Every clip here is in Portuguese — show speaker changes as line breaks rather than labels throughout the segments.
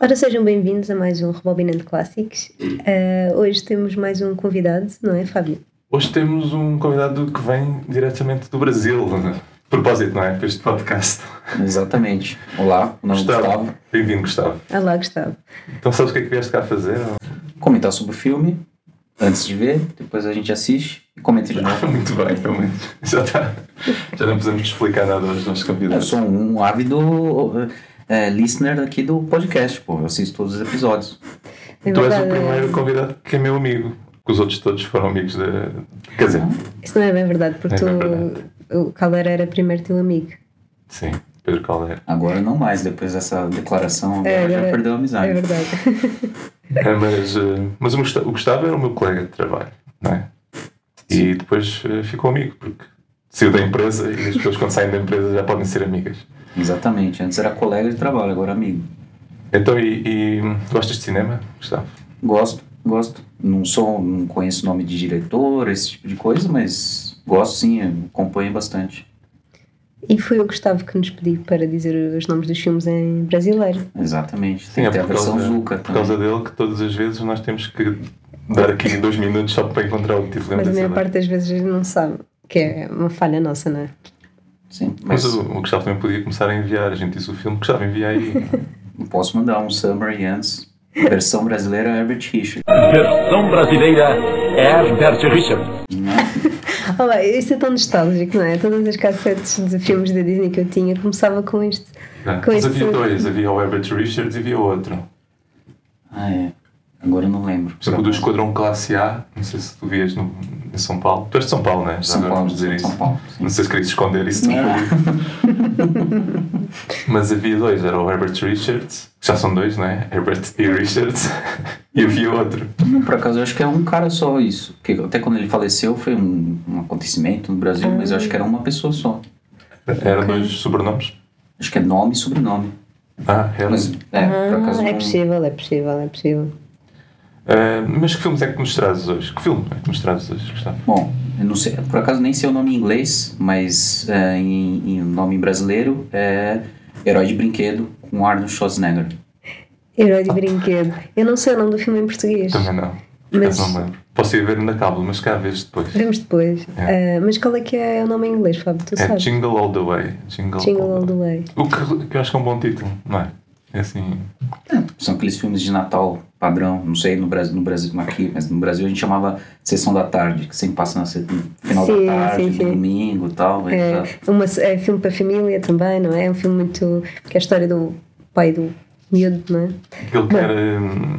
Ora, sejam bem-vindos a mais um Rebobinando Clássicos.
Hum.
Ah, hoje temos mais um convidado, não é, Fábio?
Hoje temos um convidado que vem diretamente do Brasil. né? De propósito, não é? Para este podcast.
Exatamente. Olá, meu nome é Gustavo.
Bem-vindo, Gustavo.
Olá, Gustavo.
Então, sabes o que é que vieste cá fazer?
Comentar sobre o filme, antes de ver, depois a gente assiste e comenta de novo.
Muito bem, pelo menos. Já, tá. Já não precisamos explicar nada aos nossos
Eu
convidados.
sou um ávido é, listener aqui do podcast, pô. Eu assisto todos os episódios.
É
Tu és o
verdade,
primeiro convidado que é meu amigo. Que os outros todos foram amigos de. Quer dizer,
Isso não é bem verdade, porque
Não é bem
tu, o Calera era primeiro teu amigo.
sim, Pedro Caldeira.
Agora não mais, depois dessa declaração, agora já
agora-
perdeu a
É
amizade.
verdade.
É, mas eh, mas o, Gustavo, o Gustavo era o meu colega de trabalho, não é? E depois eh, ficou amigo, porque saiu da empresa e as pessoas quando saem da empresa já podem ser amigas.
é.
Exatamente. Antes era colega de trabalho, agora amigo.
Então, e, e gostas de cinema, Gustavo?
Gosto, gosto. Não sou, não conheço nome de diretor, esse tipo de coisa, mas gosto sim, acompanho bastante.
E foi o Gustavo que nos pediu para dizer os nomes dos filmes em brasileiro.
Exatamente. Tem até a versão Zuka
é por
também.
causa dele que todas as vezes nós temos que dar aqui dois minutos só para encontrar o tipo título.
Mas a maior
brasileiro.
parte das vezes a gente não sabe, que é uma falha nossa, não é?
Sim,
Mas
mas
o o Gustavo também podia começar a enviar, a gente disse o filme, Gustavo, envia aí.
posso mandar um summary antes. Versão brasileira é Herbert Richards.
Versão brasileira Herbert Richards.
Olá, isso é tão nostálgico, não é? Todas as cassetes de filmes da Disney que eu tinha começava com este.
Tá.
Com
Mas
este
havia dois, havia o Herbert Richards e havia outro.
Ah, é. Agora eu não lembro.
Por exemplo, do Esquadrão Classe A, não sei se tu vias no, em São Paulo. Tu és de São Paulo, né? Já
São
agora
Paulo,
vamos dizer isso.
São Paulo. sim.
Não sei se querias esconder isso do
Não.
público. Mas havia dois, era o Herbert Richards, que já são dois, né? Herbert e Richards, e havia outro.
Por acaso, eu acho que é um cara só isso. Porque até quando ele faleceu foi um, um acontecimento no Brasil, mas eu acho que era uma pessoa só.
Eram dois sobrenomes.
Acho que é nome e sobrenome.
Ah, era.
Mas, é, por acaso,
Ah, é
não-
possível, é possível, é possível.
Ah, mas que filmes é que nos trazes hoje? Que filme é que nos trazes hoje, Gustavo?
Bom, eu não sei, por acaso nem sei o nome em inglês, mas é, em, em nome brasileiro é Herói de Brinquedo com Arnold Schwarzenegger.
Herói de brinquedo. Eu não sei o nome do filme em português.
Também não. Por
Mas-
acaso não me lembro. Posso ir ver na cabo, mas cá vês depois.
Vemos depois. Ah, mas qual é que é o nome em inglês, Fábio? Tu
É
sabes?
Jingle All the Way. Jingle,
Jingle All the Way.
O que, que eu acho que é um bom título, não é? É assim.
São aqueles filmes de Natal padrão, não sei no Brasil, no Brasil aqui, mas no Brasil a gente chamava Sessão da Tarde, que sempre passa na se- no final
Sim,
da tarde,
sim, sim.
no domingo e tal. e tal.
É, uma, é filme para família também, não é? É um filme muito. que é a história do pai do miúdo, não é?
Aquele que era. hum,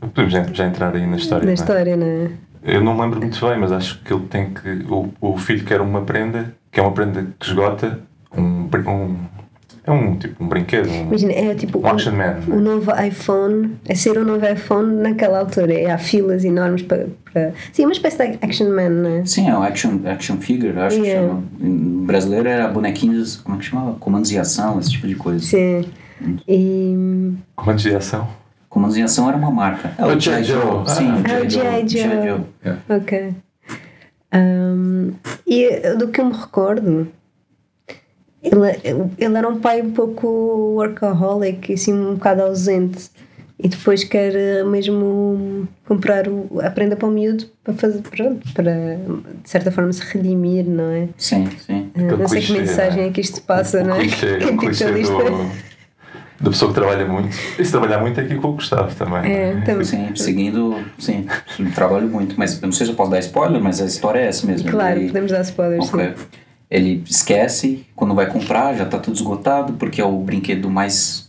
Podemos já- já entrar aí na história.
Na
não é?
história, não é?
Eu não me lembro muito bem, mas acho que ele tem que. O, o filho quer uma prenda, que é uma prenda que esgota, um. brin- um é um tipo um brinquedo. Um,
Imagina, é tipo.
Um action man,
O,
né?
o novo iPhone, é ser o novo iPhone naquela altura. É, há filas enormes para. para sim, uma espécie de Action Man, não é?
Sim, é um action, action figure, eu acho
Yeah.
que chama. Em brasileiro era bonequinhos, como é que chamava? Comandos em ação, esse tipo de coisa.
Sim. E.
comandos de ação.
Comandos em ação era uma marca. É
O G.I. Joe.
Sim,
Ah.
o
Ah, o G.I.
G.I. Joe.
Joe.
G.I. Joe.
Ok. Ahm, e do que eu me recordo, ele, ele era um pai um pouco workaholic, e assim um bocado ausente. E depois quer eh, mesmo comprar o, a prenda para o miúdo para fazer, pronto, para de certa forma se redimir, não é?
Sim, sim.
Ah, não sei
clichê,
que mensagem
né?
é que isto passa,
um
não é?
clichê, um clichê do, da pessoa que trabalha muito. E se trabalhar muito é aqui com o Gustavo também.
É,
não
também.
Sim, seguindo, sim, trabalho muito, mas eu não sei se eu posso dar spoiler, mas a história é essa mesmo.
Claro,
Ele-
podemos dar spoilers. sim.
Ok. Ele esquece, quando vai comprar, já tá tudo esgotado, porque é o brinquedo mais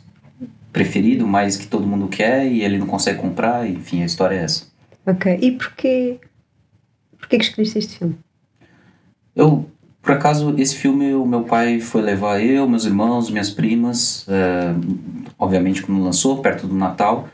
preferido, mais que todo mundo quer, e ele não consegue comprar, enfim, a história é essa.
Ok. E porquê, porquê que escolheste este filme?
Eu, por acaso, esse filme o meu pai foi levar eu, meus irmãos, minhas primas, eh, obviamente quando lançou, perto do Natal,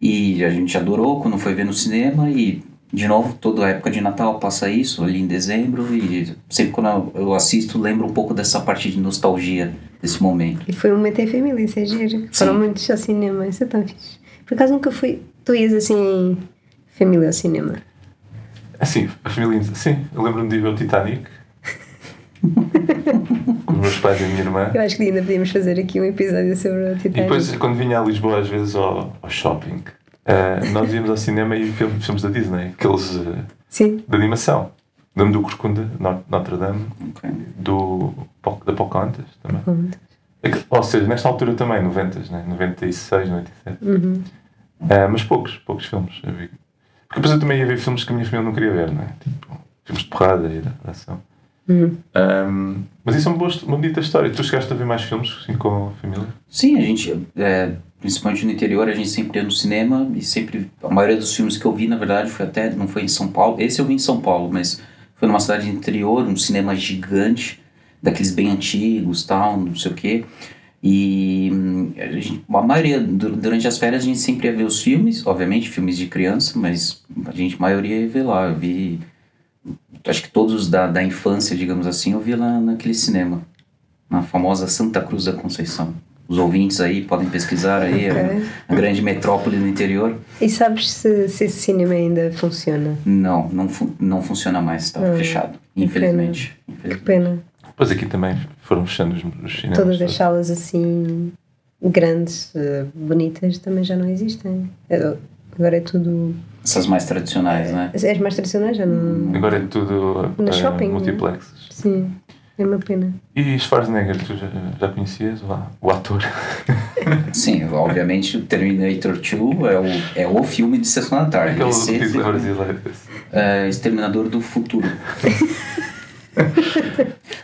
e a gente adorou quando foi ver no cinema e de novo, toda a época de Natal passa isso, ali em dezembro, e sempre quando eu- eu assisto, lembro um pouco dessa parte de nostalgia desse momento.
E foi um momento em família, isso é giro. Foram
Sim.
muitos ao cinema, isso é tão fixe. Por acaso nunca fui. Tu ias assim em família ao cinema.
Assim, a família. Sim, eu lembro-me de ir ver o Titanic. os meus pais e a minha irmã.
Eu acho que ainda podíamos fazer aqui um episódio sobre o
E
Titanic.
depois, quando vinha a Lisboa, às vezes ao, ao shopping, eh, nós íamos ao cinema e filmes, filmes da Disney, aqueles eh,
Sim,
de animação. Dame do Corcunda, Not- Notre Dame,
Ok.
do, Po- da Pocahontas também.
pronto.
É que- Ou seja, nesta altura também, 90, né? 96, 97.
Uhum.
Ah, mas poucos, poucos filmes. Eu vi. Porque depois eu também ia ver filmes que a minha família não queria ver, né? Tipo, filmes de porrada e de ação.
Uhum.
Ah, mas isso é uma, boa, hist- uma bonita história. Tu chegaste a ver mais filmes assim, com a família?
Sim, a gente, é, principalmente no interior, a gente sempre ia no cinema e sempre. A maioria dos filmes que eu vi, na verdade, foi até. Não foi em São Paulo. Esse eu vi em São Paulo, mas foi numa cidade interior, um cinema gigante, daqueles bem antigos, tal, não sei o quê. E hum, a, gente, a maioria, du- durante as férias, a gente sempre ia ver os filmes, obviamente, filmes de criança, mas a gente, a maioria ia ver lá. Eu vi. Acho que todos da, da infância, digamos assim, eu vi lá naquele cinema, na famosa Santa Cruz da Conceição. Os ouvintes aí podem pesquisar aí,
Ok.
a, a grande metrópole do interior.
E sabes se, se esse cinema ainda funciona?
Não, não, fu- não funciona mais, tá
Ah,
fechado,
que
infelizmente.
Que
Infelizmente.
pena.
Pois aqui também foram fechando os, os cinemas.
Todas as
tá?
salas assim grandes, eh, bonitas, também já não existem. Eh, Agora é tudo.
Essas mais tradicionais, né?
As mais tradicionais já não.
Agora é tudo
No
ah,
shopping, né?
multiplexes.
Sim, é uma pena.
E Schwarzenegger, tu já, já conhecias lá? O ator.
Sim, obviamente o Terminator 2 é o, é o filme de Sessão da Tarde.
Aquele
Esse
título
filme
brasileiro. esse.
é Exterminador do Futuro.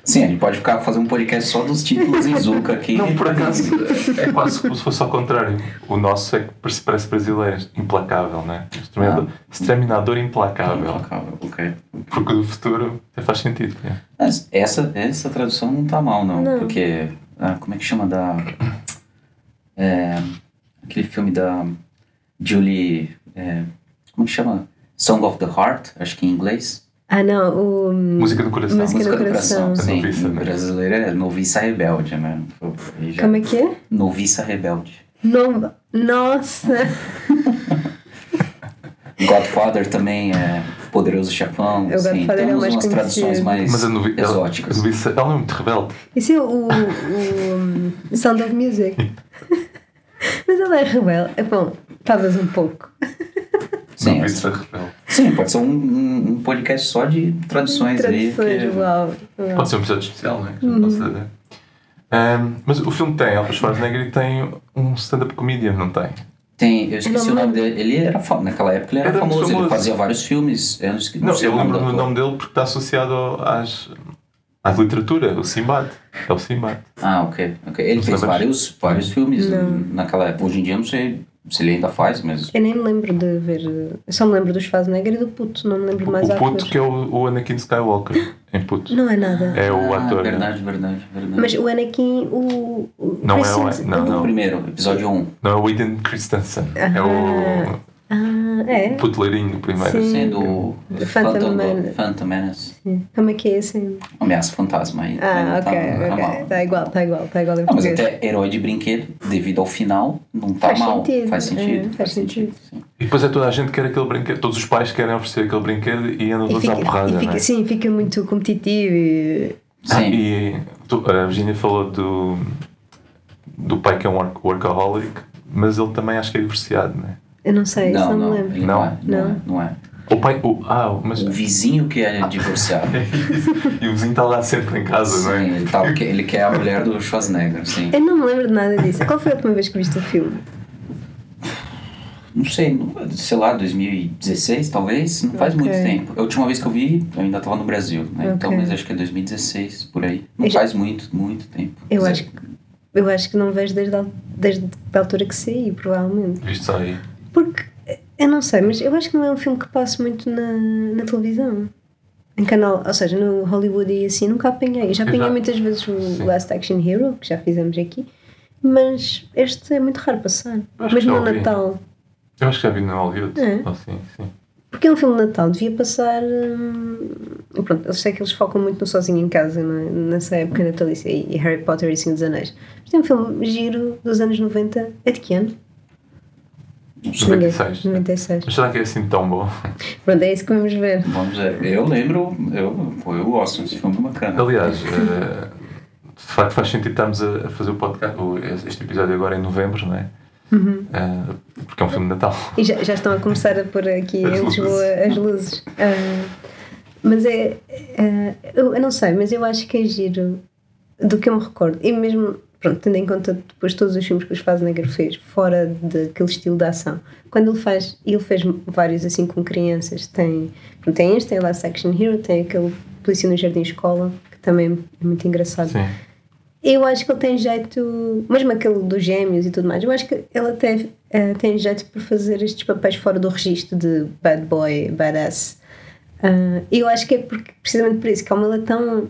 Sim, a gente pode ficar fazer um podcast só dos títulos em Zuka aqui.
Não, por acaso, é quase como se fosse ao contrário. O nosso é que parece parece brasileiro, implacável, né? Exterminador, exterminador implacável.
Implacável, ok.
Porque o futuro até faz sentido. né?
Mas essa, essa tradução não tá mal, não.
Não.
Porque. ah, como é que chama da. é, aquele filme da Julie. é, como é que chama? Song of the Heart, acho que em inglês. É
Ah, não, o.
Música do coração.
Música do Coração.
Sim,
Noviça,
em
né?
brasileiro é Noviça Rebelde, né? Aí já-
Como é que é?
Noviça Rebelde.
No... Nossa!
Godfather também é Poderoso Chefão.
O
sim,
Godfather é o
temos
mais
umas
conhecido.
traduções mais
Mas a novi- ela-
exóticas.
a noviça- ela é muito rebelde.
Isso é o, o- o Sound of Music. Mas ela é rebelde. É Bom, talvez um pouco.
Sim,
noviça rebelde.
sim, pode ser um, um- um podcast só de traduções, aí. é-
Traduções,
porque-
uau. uau.
Pode ser um episódio especial, não é? Que já posso fazer. Ahm, mas o filme tem Alfred Schwarzenegger e tem um stand-up comedian, não tem?
Tem, eu esqueci
Não,
o nome
não.
dele. Ele era fa- naquela época ele era,
Era
famoso, ele
famoso.
fazia vários filmes. Eu não, esque- não
Não,
sei
eu
o nome
lembro
do
do
ator.
nome dele porque está associado ao- às, à literatura, o Simbad. É o Simbad.
Ah, ok. ok. Ele
Não
fez
sabes?
vários, vários filmes naquela época. Hoje em dia eu não sei se ele ainda faz, mas.
Eu nem me lembro de ver. Eu só me lembro dos Schwarzenegger e do puto, não me lembro mais
O
atores.
puto que é o, o Anakin Skywalker, em puto.
Não é nada.
É o
Ah,
ator. né?
Verdade, verdade, verdade.
Mas o Anakin, o. o
Não é o-
Christensen-
não,
O
não.
primeiro, episódio 1. Um.
Não é o Aiden Christensen. É
Ah.
o
Ah, é?
puteleirinho primeiro.
Sim.
Sendo
Hum. Do
o
Phantom
Phantom,
Man-
Phantom Menace.
Como é que é esse?
Ameaça fantasma aí.
Ah,
né? Tá-
ok,
tá
ok.
mal.
Tá igual, tá igual, tá igual em
Não, mas
português.
até herói de brinquedo, devido ao final, não tá
Faz
mal.
sentido,
Faz
é,
sentido.
faz sentido.
sim.
E depois é toda a gente que quer aquele brinquedo. Todos os pais querem oferecer aquele brinquedo e andam
E
todos
fica,
à porrada.
e
não
fica,
é?
Sim, fica muito competitivo e.
Ah,
Sim.
E tu- a Virginia falou do, do pai que é um work- workaholic, mas ele também acho que é divorciado, né?
Eu não sei, isso
Não,
não,
não,
me
ele
lembro.
não é, não
Não.
é, não é.
O pai. O, ah, mas.
O vizinho que é divorciado.
e o vizinho está lá sempre em casa, não
Sim,
é?
ele, tá, ele quer a mulher do Schwarzenegger, sim.
Eu não me lembro de nada disso. Qual foi a última vez que viste o filme?
Não sei, não- sei lá, 2016 talvez, não faz
Ok.
muito tempo. A última vez que eu vi, eu ainda tava no Brasil, né? Então,
Ok.
mas acho que é 2016, por aí. Não
Eu já-
faz muito, muito tempo. é,
Eu
Quer
acho
dizer,
que. Eu acho que não vejo desde a, desde a altura que saí, provavelmente.
Viste só aí.
Porque, eu não sei, mas eu acho que não é um filme que passo muito na, na televisão. Em canal, ou seja, no Hollywood e assim, nunca apanhei. Já apanhei
Exato.
muitas vezes o
Sim.
Last Action Hero, que já fizemos aqui, mas este é muito raro passar.
Acho que
Mesmo
já
no
ouvi.
Natal.
Eu acho que já vi no Hollywood.
É.
Ou sim, sim.
Porque é um filme de Natal, devia passar. hum, pronto, eu sei que eles focam muito no Sozinho em Casa, não é? nessa época natalícia, e e Harry Potter e Senhor dos Anéis. Mas tem um filme giro dos anos 90, é de que ano? Ninguém.
96. né?
96.
Mas será que é assim tão bom?
Pronto, é isso que vamos ver.
Vamos ver. Eu lembro, eu, pô, eu gosto, esse filme é bacana.
Aliás, eh, de facto faz sentido estarmos a a fazer o podcast, o- este episódio agora em novembro, não é?
Uhum.
Eh, porque é um filme de Natal.
E já, já estão a começar a pôr aqui
As
em
luzes.
Lisboa as luzes. Ah, mas é. ah, eu, eu não sei, mas eu acho que é giro do que eu me recordo. E mesmo, pronto, tendo em conta depois todos os filmes que o Schwarzenegger fez, fora daquele estilo de ação. Quando ele faz. Ele fez vários assim com crianças. Tem, pronto, tem este, tem Last Action Hero, tem aquele Polícia no Jardim Escola, que também é muito engraçado.
Sim.
Eu acho que ele tem jeito, mesmo aquele dos gêmeos e tudo mais, eu acho que ele até eh, tem jeito por fazer estes papéis fora do registro de bad boy, badass. Ah, eu acho que é porque, precisamente por isso, que como ele é tão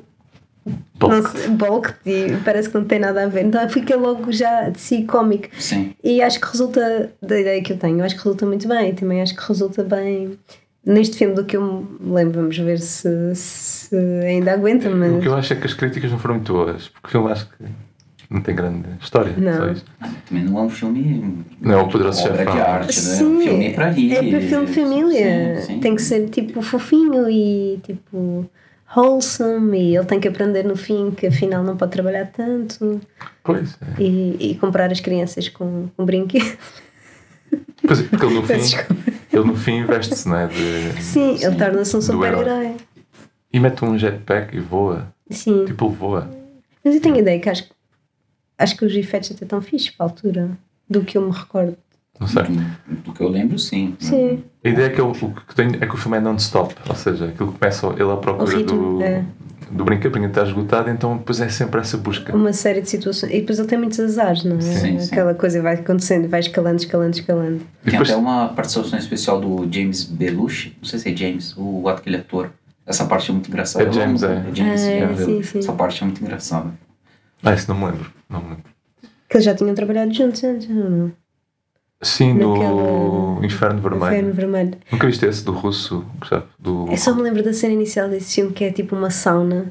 não
Pouco.
sei, bulk e parece que não tem nada a ver, então fica logo já de si cómico.
Sim.
E acho que resulta, da ideia que eu tenho, acho que resulta muito bem. E também acho que resulta bem neste filme do que eu me lembro. Vamos ver se, se ainda aguenta, mas.
O que eu acho é que as críticas não foram muito boas, porque o filme acho que não tem grande história.
Não.
só isto.
Também não é um filme.
Não é o Poderoso
obra
Chefão.
de arte, né? É um filme pra rir.
É para filme de família.
Sim, sim.
Tem que ser tipo fofinho e tipo wholesome. E ele tem que aprender no fim que afinal não pode trabalhar tanto
Pois, é.
e, e comprar as crianças com, com
Uhum.
brinquedos.
Pois é, porque ele no
Peço
fim,
desculpa.
ele no fim investe-se, não é? De-
Sim, ele
Sim.
torna-se um
Do
super-herói.
e mete um jetpack e voa.
Sim.
Tipo, ele voa.
Mas eu tenho ideia que acho, acho que os efeitos até estão fixos para a altura do que eu me recordo.
Não sei.
Do, do que eu lembro, sim.
Sim.
A ideia é que, eu, o que tenho é que o filme é non-stop, ou seja, aquilo que começa ele à procura
ritmo,
do,
é.
do brinquedo, porque está esgotado, então depois é sempre essa busca.
Uma série de situações. E depois ele tem muitos azares, não é?
Sim, sim.
Aquela coisa vai acontecendo, vai escalando, escalando, escalando.
E
Tem
depois,
até uma participação especial do James Belushi, não sei se é James, o aquele ator. Essa parte é muito engraçada.
É
Eu
James,
amo-
é.
James,
Ah,
é,
sim,
eu-
sim.
Essa parte é muito engraçada.
Ah, isso não me lembro. Não me lembro.
Que eles já tinham trabalhado juntos antes, ou não? é?
Sim, no
Naquela-
Inferno Vermelho.
Inferno Vermelho.
Nunca viste esse do russo, Gustavo? Do...
Eu só me lembro da cena inicial desse filme que é tipo uma sauna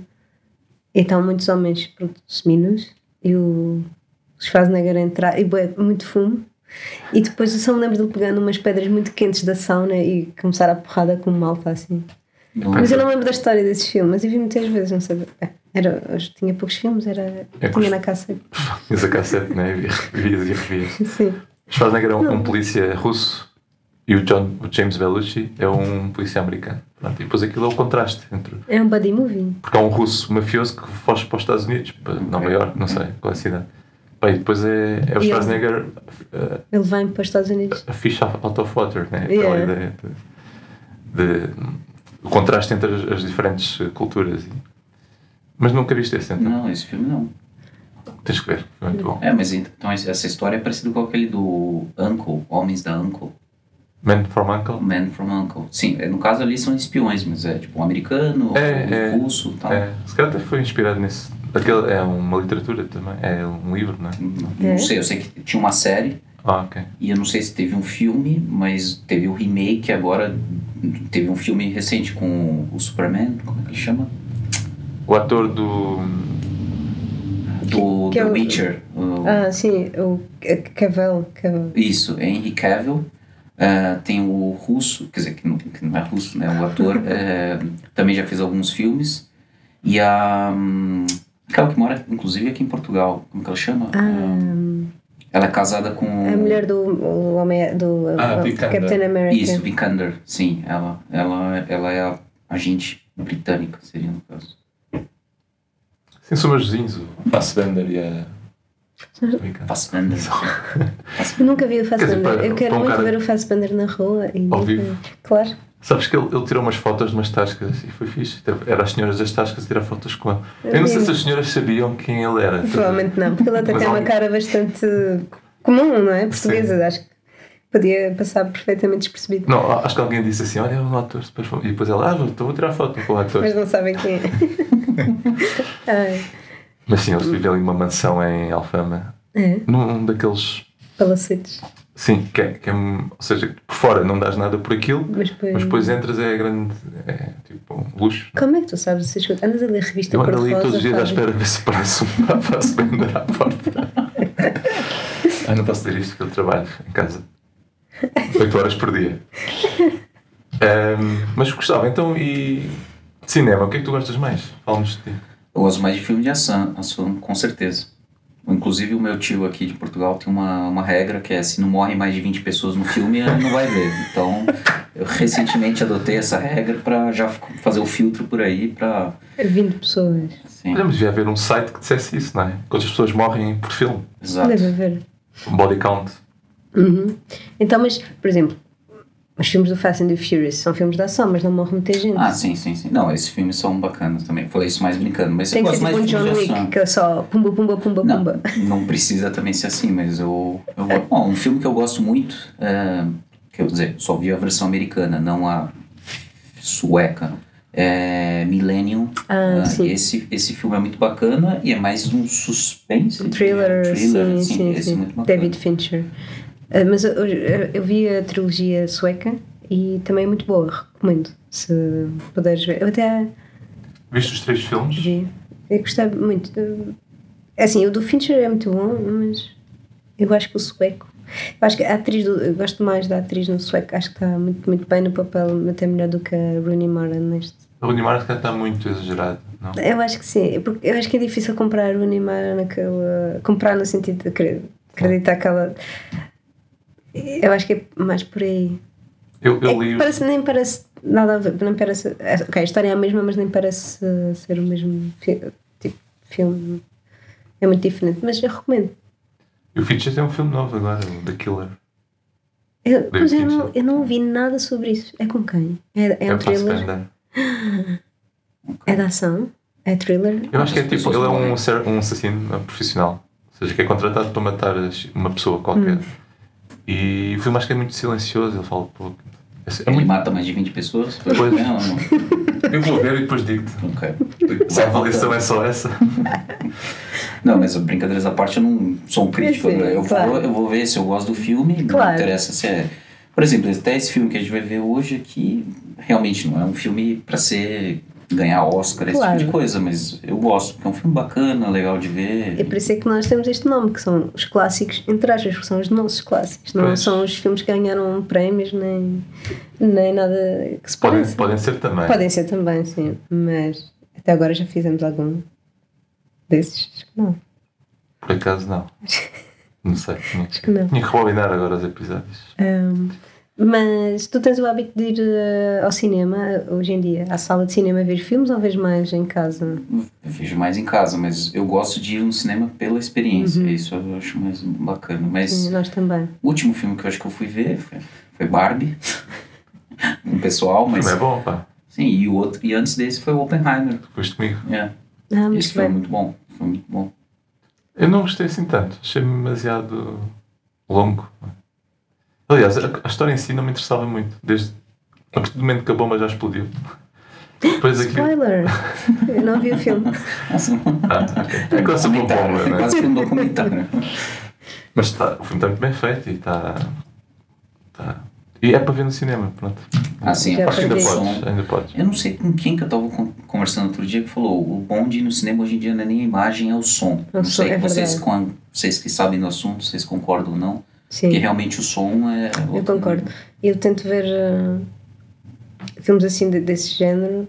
e estão muitos homens pronto, seminos e o Schwarzenegger a entrar e bué, muito fumo e depois eu só me lembro dele pegando umas pedras muito quentes da sauna e começar a porrada com malta assim.
Eu-
Mas eu não lembro da história desse filme, mas eu vi muitas vezes, não sabia. É, Era, eu tinha poucos filmes, era
É
tinha
cust-
na caça.
Tinhas a cassete, né? E Revias e revias.
Sim.
Schwarzenegger é um, um polícia russo e o, John, o James Belushi é um polícia americano. Pronto, e depois aquilo é o contraste entre
É um buddy movie.
Porque há um russo mafioso que foge para os Estados Unidos, para Nova York, não sei qual é a cidade. Bem, depois é, é o
E
Schwarzenegger uh,
Ele vai para os Estados Unidos.
a fish out of water, né?
Yeah.
Aquela ideia de, de- o contraste entre as, as diferentes eh, culturas. e- Mas nunca viste esse, então.
Não, esse filme não.
Tens que ver, é muito bom.
É, mas então esse- essa história é parecida com aquele do Uncle, Homens da Uncle,
Man from Uncle?
Man from Uncle. Sim, é, no caso ali são espiões, mas é tipo um americano,
É,
um
é.
russo e tal.
É, se calhar até foi inspirado nesse. Aquele é uma literatura também, é um livro, não é?
Não,
É?
não sei, eu sei que tinha uma série
Ah, ok.
e eu não sei se teve um filme, mas teve o remake agora. Teve um filme recente com o Superman, como é que ele chama?
O ator do.
Do
que é
The
o-
Witcher. o-
Ah, sim, o Cavel. Cavel.
Isso, é Henry Cavill. Ah, tem o russo, quer dizer, que não, que não é russo, né? O ator eh, também já fez alguns filmes. E a. hum, Aquela que mora, inclusive, aqui em Portugal. Como é que ela chama? Ah, ela é casada com.
A mulher do, o homem, é do
Hum. Ah,
o-
Vikander.
Captain America.
Isso, Vikander, sim, ela, ela, ela é a agente britânica, seria no caso.
Sim, são meus vizinhos, o Fassbender e a.
Fassbender.
Eu nunca vi o
Quer
Fassbender.
dizer, para-
Eu quero
para um
muito
cara-
ver o Fassbender na rua. E
Ao
nunca-
vivo.
Claro.
Sabes que ele, ele tirou umas fotos de umas tascas e foi fixe. Teve- Era as senhoras das tascas a tirar fotos com ele. Eu não sei se as senhoras sabiam quem ele era.
Provavelmente não, porque ele até
Mas
tem uma
ao-
cara bastante comum, não é? Portuguesa. Acho que podia passar perfeitamente despercebido.
Não, acho que alguém disse assim: Olha, é um ator super famoso. E depois ela, ah, vou, então vou tirar foto com o ator.
Mas não sabem quem é. Ah, Ai,
Mas sim, eles vivem ali numa mansão em Alfama.
É.
Num daqueles.
palacetes.
Sim, que é, que é um- Ou seja, por fora não dás nada por aquilo,
Mas depois-
mas depois entras é grande. É tipo um luxo.
Como é que tu sabes essas coisas? Andas a ler revista
Eu ando ali
cor-de-rosa,
todos os dias à
Fábio?
espera de ver se parece um Fassbender à porta. ah, não posso dizer isto porque eu trabalho em casa. 8 horas por dia. Ahm, mas gostava, então, e de cinema, o que é que tu gostas mais? Fala-nos de ti.
Eu gosto mais de filme de ação, ação, com certeza. Inclusive, o meu tio aqui de Portugal tem uma, uma regra que é: se não morrem mais de 20 pessoas no filme, ele não vai ver. Então, eu recentemente adotei essa regra para já f- fazer o filtro por aí. Pra,
20 pessoas.
assim,
Olha, mas devia haver um site que dissesse isso, não é? Quantas pessoas morrem por filme?
exato.
Deve haver.
Um Body count.
Uhum. Então, mas, por exemplo, os filmes do Fast and the Furious são filmes de ação, mas não morre muita gente.
Ah, sim, sim, sim. Não, esses filmes são bacanas também. Falei isso mais brincando, mas
Tem
eu
que ser
gosto
tipo um
mais de
John
filmes de
Wick,
ação.
que é só pumba, pumba, pumba,
Não,
pumba.
não precisa também ser assim, mas eu, eu go- bom, um filme que eu gosto muito, é, quer dizer, só vi a versão americana, não a sueca, é Millennium.
Ah,
Ah,
sim.
esse, esse filme é muito bacana e é mais um suspense.
Um thriller,
né?
sim,
assim,
sim,
esse
sim.
é muito bacana.
David Fincher. Ah, mas eu, eu- eu vi a trilogia sueca e também é muito boa, recomendo, se puderes ver. Eu até
Viste os três filmes?
vi, eu gostei muito. do- Assim, o do Fincher é muito bom, mas eu acho que o sueco. Eu acho que a atriz do, eu gosto mais da atriz no sueco, acho que está muito, muito bem no papel, até melhor do que a Rooney Mara neste.
O Animar está muito exagerado, não?
Eu acho que sim, porque eu acho que é difícil comprar o Neymar naquela. comprar no sentido de cre- acreditar que ela. Eu acho que é mais por aí.
Eu,
É
eu
que
li.
parece, nem parece nada a ver, nem parece. é, Ok, a história é a mesma, mas nem parece uh, ser o mesmo fi- tipo de filme. É muito diferente, mas eu recomendo.
E o Fitcher tem um filme novo agora, o The Killer.
Eu, mas eu
David
não,
Fincher.
eu não ouvi nada sobre isso. É com quem? É, é
É
um
o
thriller?
Fassbender.
É da ação? É thriller?
Eu acho que é
As
tipo,
pessoas
ele é
morrem.
um, ser- um assassino uh, profissional. Ou seja, que é contratado para matar as- uma pessoa qualquer. E o filme acho que é muito silencioso, ele fala pouco. É, é
Ele
muito...
mata mais de 20 pessoas?
Pois.
Não, não.
Eu vou ver e depois digo-te.
Nunca.
Se a avaliação é só essa.
Não, mas brincadeiras à parte, eu não sou um crítico.
Sim,
né? eu,
claro.
vou, eu vou ver se eu gosto do filme,
Claro.
não interessa se é. Por exemplo, até esse filme que a gente vai ver hoje aqui, realmente não é um filme pra ser ganhar Oscar, esse
Claro.
tipo de coisa, mas eu gosto, porque é um filme bacana, legal de
É
ver.
por isso é que nós temos este nome, que são os clássicos, entre aspas, que são os nossos clássicos, não
Pois.
são os filmes que ganharam prémios nem, nem nada que se
Podem,
pareça.
podem ser também.
Podem ser também, sim, mas até agora já fizemos algum desses. Acho que não.
Por acaso não. Não sei. Tinha,
Acho que não.
tinha que rebobinar agora os episódios.
Ahm, mas tu tens o hábito de ir eh, ao cinema eh, hoje em dia, à sala de cinema ver filmes ou vês mais em casa?
Eu vejo mais em casa, mas eu gosto de ir no cinema pela experiência, isso eu acho mais bacana. Mas
Uhum. Sim, nós também.
o último filme que eu acho que eu fui ver foi, foi Barbie, com o pessoal,
O
mas.
filme é bom, pá.
Sim, e, o outro, e antes desse foi o Oppenheimer.
Gosto comigo.
É.
Ah, muito
Esse foi
bem.
muito bom. Foi muito bom.
Eu não gostei assim tanto. Achei-me demasiado longo. Aliás, a, a história em si não me interessava muito. Desde a partir do momento que a bomba já explodiu. Depois aquilo.
Spoiler! Eu não vi o filme.
Assim,
Ah, ok. é quase uma bomba,
documentário,
não é?
quase que um documentário.
Mas tá, o filme está muito bem feito e está. Tá. E é para ver no cinema, pronto.
Assim,
Já
a
Acho que
parte
ainda
do
perdi.
podes,
som.
ainda podes.
Eu não sei com quem que eu tava con- conversando outro dia que falou: o bom de ir no cinema hoje em dia não é nem a imagem, é o som.
É o
não
som,
sei
é
vocês,
verdade.
com, vocês que sabem do assunto, vocês concordam ou não,
Sim.
que realmente o som é.
Eu concordo. Eu tento ver eh, filmes assim de- desse género,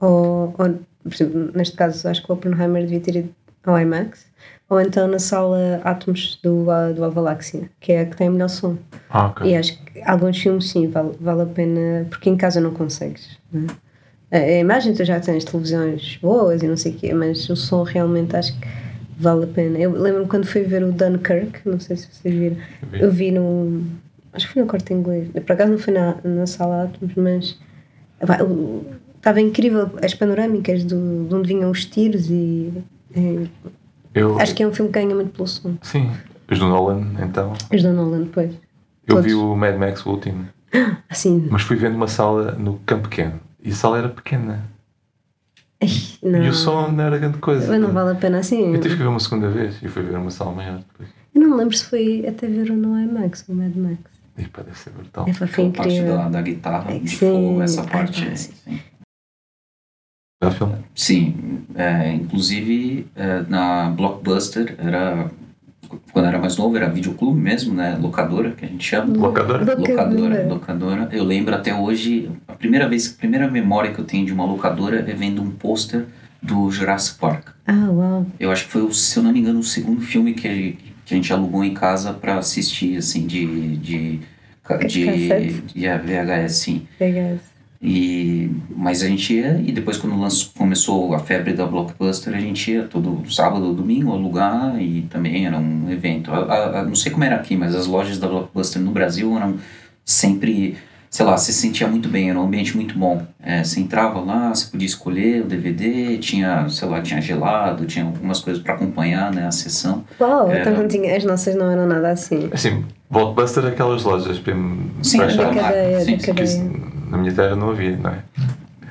ou, ou, por exemplo, neste caso acho que o Oppenheimer devia ter ido ao IMAX, ou então na sala Átomos do, ah, do Alvaláxia, que é a que tem o melhor som.
Ah, ok.
E acho que alguns filmes sim, vale, vale a pena, porque em casa não consegues. Né? A, a imagem tu já tens televisões boas e não sei o quê, mas o som realmente acho que vale a pena. Eu lembro-me quando fui ver o Dunkirk, não sei se vocês viram,
Eu vi.
eu vi no. Acho que foi no corte inglês. Por acaso não foi na, na sala de átomos, mas. epá, o- Estava incrível as panorâmicas do, de onde vinham os tiros e. e
Eu-
acho que é um filme que ganha muito pelo som.
Sim, os do Nolan, então.
Os do Nolan depois.
Eu
Todos.
vi o Mad Max, o último.
Assim.
Mas fui vendo uma sala no Campo Pequeno. E a sala era pequena.
ai, não.
E o som não era grande coisa.
Mas não vale a pena assim.
Hum.
Eu tive que ver uma segunda vez e fui ver uma sala maior depois.
Eu não me lembro se foi até ver ou no IMAX, o Mad Max.
E pá, deve ser brutal.
Oh,
É, foi
A parte
incrível.
da, da guitarra,
É que
de
sim.
fogo, essa
Ah,
parte.
tá,
é-
sim.
sim.
Já filme?
Sim, é, inclusive é, na Blockbuster era quando era mais novo, era videoclube mesmo, né? Locadora, que a gente chama.
Locadora?
Locadora, locadora. Eu lembro até hoje, a primeira vez, a primeira memória que eu tenho de uma locadora é vendo um pôster do Jurassic Park.
Ah, uau.
Eu acho que foi, o- se eu não me engano, o segundo filme que, que a gente alugou em casa pra assistir, assim, de. de, ca-
Ca-
de,
cassete.
de a VHS, sim.
Legal.
E, mas a gente ia, e depois quando lançou, começou a febre da Blockbuster, a gente ia todo sábado ou domingo alugar, e também era um evento. A, a- a- não sei como era aqui, mas as lojas da Blockbuster no Brasil eram sempre, sei lá, você se sentia muito bem, era um ambiente muito bom. É, você entrava lá, você podia escolher o DVD, tinha, sei lá, tinha gelado, tinha algumas coisas para acompanhar, né, a sessão.
Uau,
É.
então não tinha, as nossas não eram nada assim.
Assim, Blockbuster é aquelas lojas mesmo
Sim,
baixas,
Da
Era uma-
cadeia,
sim,
da
sim,
que isso
cadeia.
na minha terra não havia, não é?
Hum?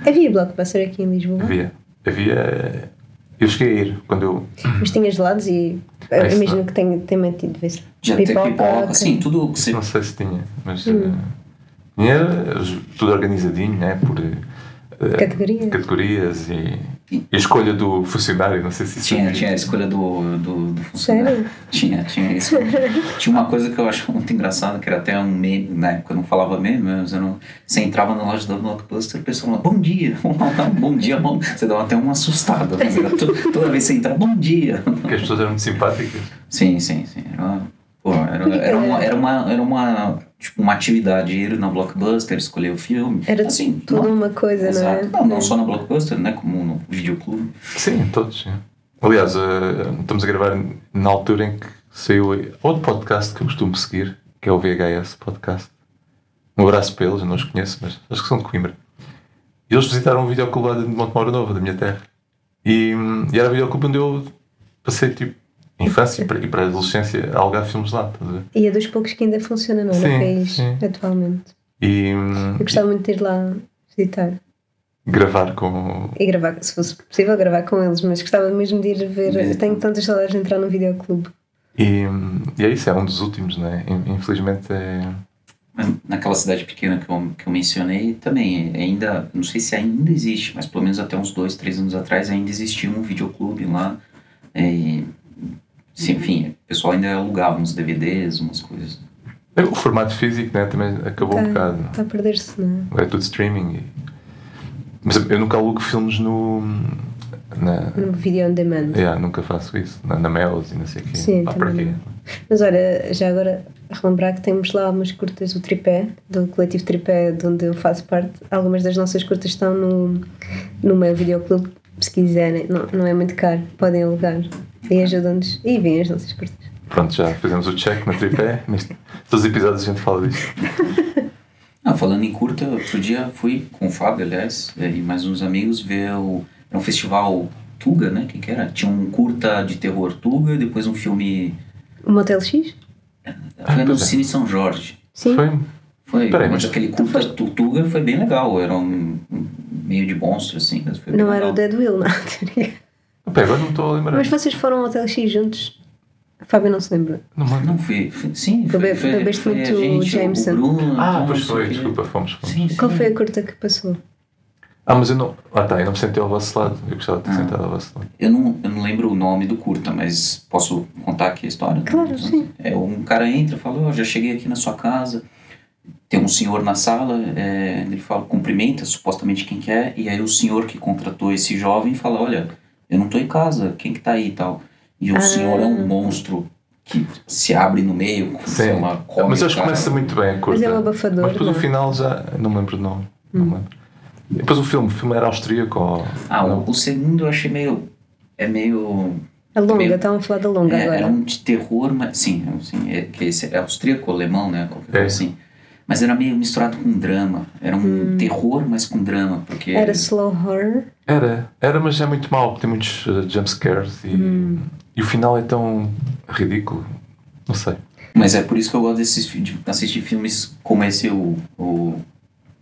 Havia blockbuster aqui em Lisboa,
Havia. Havia. Eu cheguei a ir quando eu.
mas tinha gelados e eu
isso
imagino
não.
que tenha, tenha tido vez.
Já até pipoca, assim, tudo que você
Não sei se tinha, mas.
Hum.
eh, Era tudo organizadinho, né? Por eh,
Categorias.
categorias e, e a escolha do funcionário, não sei se isso é
Tinha,
havia.
tinha a escolha do, do, do funcionário.
Sério?
Tinha, tinha isso. tinha uma coisa que eu acho muito engraçada, que era até um meme, na época eu não falava meme, mas eu não. Você entrava na loja da Blockbuster, o pessoal falava, bom dia, vamos lá, dar um bom dia, bom. Você dava até uma assustada, mas era to- toda vez que você entrava, bom dia.
Porque as pessoas eram muito simpáticas.
Sim, sim, sim. Era uma, pô,
Por que
era,
que
era uma,
era?
era uma, era uma, tipo, uma atividade, ir na Blockbuster, escolher o filme.
Era
assim,
tudo
não-
uma coisa, não é?
Exato. Não, não só na Blockbuster, né? Como no videoclube.
Sim, todos. sim. Aliás, eh, estamos a gravar na altura em que saiu outro podcast que eu costumo seguir, que é o VHS Podcast. Um abraço para eles, eu não os conheço, mas acho que são de Coimbra. E eles visitaram um videoclube lá de Montemoro Novo, da minha terra. E, hum, e era o videoclube onde eu passei, tipo, infância e para, e para a adolescência a alugar filmes lá, estás a ver?
E é dos poucos que ainda funciona não,
Sim,
no país
sim.
atualmente.
E hum,
Eu gostava muito de ir lá visitar
gravar com.
e gravar, se fosse possível, gravar com eles, mas gostava mesmo de ir ver. Eu tenho tantas saudades de entrar num videoclube.
E, hum, e é isso, é um dos últimos, né? In- Infelizmente é.
Mas naquela cidade pequena que eu, que eu mencionei também ainda não sei se ainda existe mas pelo menos até uns dois três anos atrás ainda existia um videoclube lá é, e, se-
Uhum.
enfim o pessoal ainda alugava uns DVDs umas coisas
O formato físico né, também acabou um bocado. não
Está
é?
Tá- a perder-se, não é?
Agora é tudo streaming. e- Mas eu nunca alugo filmes no. Na...
No video on demand.
Yeah, nunca faço isso. Na, na Melos e não sei o quê.
É, Sim, tá
Pá, para
também
quê?
Mas olha, já agora a relembrar que temos lá umas curtas do Tripé, do coletivo Tripé, de onde eu faço parte. Algumas das nossas curtas estão no, no meu videoclube, se quiserem. Não, não é muito caro, podem alugar. E ajudam-nos. E veem as nossas curtas.
Pronto, já fizemos o check na tripé. Neste... Todos os episódios a gente fala disto.
Ah, falando em curta, outro dia fui com o Fábio, aliás, é, e mais uns amigos ver o. Era um festival Tuga, né? Que que era? Tinha um curta de terror Tuga e depois um filme.
O Motel X?
Foi no
pois é.
Cine São Jorge.
Sim.
Foi.
Foi,
Peraí,
mas
mas-
aquele curta Tuga foi bem legal, era um um meio de monstro, assim. mas foi bem
Não era o
legal.
Dead Will, não. tô brincando.
Pá, agora não estou a lembrar.
Mas vocês foram ao Motel X juntos? A Fábio não se lembra.
Não, mas não.
Não, fui, fui- sim,
Bebe-
foi, foi,
bebeste
foi
muito
a gente,
Jameson.
o Bruno...
Ah,
então,
pois foi,
não sei o quê.
desculpa, fomos. fomos.
Sim, sim.
Qual foi a curta que passou?
Ah, mas eu não. Ah, tá, eu não me sentei ao vosso lado. Eu gostava de ter
Ah.
sentado ao vosso lado.
Eu não, eu não lembro o nome do curta, mas posso contar aqui a história?
Claro, sim.
É, um cara entra e fala, ó, já cheguei aqui na sua casa, tem um senhor na sala, é, ele fala, cumprimenta supostamente quem que é, e aí o senhor que contratou esse jovem fala, olha, eu não tô em casa, quem que tá aí e tal. E o
Ah.
senhor é um monstro que se abre no meio, com, sei
Sim. Ah,
lá, come
mas
o
acho que
cara.
começa muito bem a curta.
Mas é um abafador.
Mas depois
não
o
é? Hum.
final já. Não me lembro do nome. Não lembro. Depois o filme. O filme era austríaco ou.
Ah,
não?
o, o segundo eu achei meio... É meio...
A É longa, tá?
Meio-
estavam a falar da longa
É, era
agora.
um de terror, mas sim, é, sim, é, que esse é austríaco, alemão, né? Qualquer
É.
coisa assim. Mas era meio misturado com drama. Era um terror, mas com drama, porque.
Hum. Era slow horror.
Era, era, mas é muito mau, porque tem muitos uh, jumpscares e,
Hum.
e o final é tão ridículo. Não sei.
Mas é por isso que eu gosto desses, fi- de assistir filmes como esse, o, o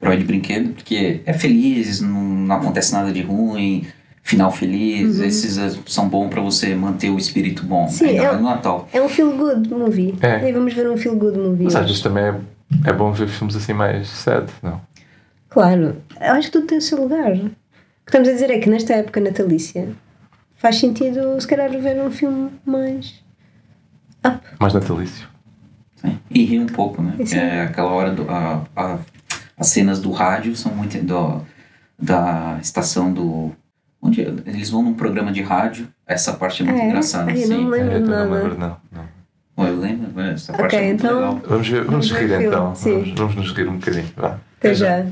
Herói de Brinquedo, porque é feliz, não, não acontece nada de ruim, final feliz. Esses é, são bons pra você manter o espírito bom.
Uhum. Sim,
ainda
eu-
mais no Natal.
É um feel good movie.
É.
E vamos ver um feel good movie.
Mas às
hoje.
vezes também é, é bom ver filmes assim mais sad, não?
Claro, eu acho que tudo tem o seu lugar. O que estamos a dizer é que nesta época natalícia faz sentido se calhar ver um filme mais Up.
Mais natalício.
Sim. E ri um pouco, né?
Sim.
É aquela hora do. a- a- as cenas do rádio são muito. Do, da estação do. Onde eles vão num programa de rádio. Essa parte é muito
Ah, é?
engraçada.
Ai, eu
sim.
não lembro.
É, eu não
nada.
lembro, não. não.
Pô, eu lembro, mas essa parte
Ok,
é muito
então-
legal.
Vamos, ver, vamos
Vamos ver
rir
o filme,
então.
sim.
Vamos, vamos nos rir um bocadinho. Vá.
Até já.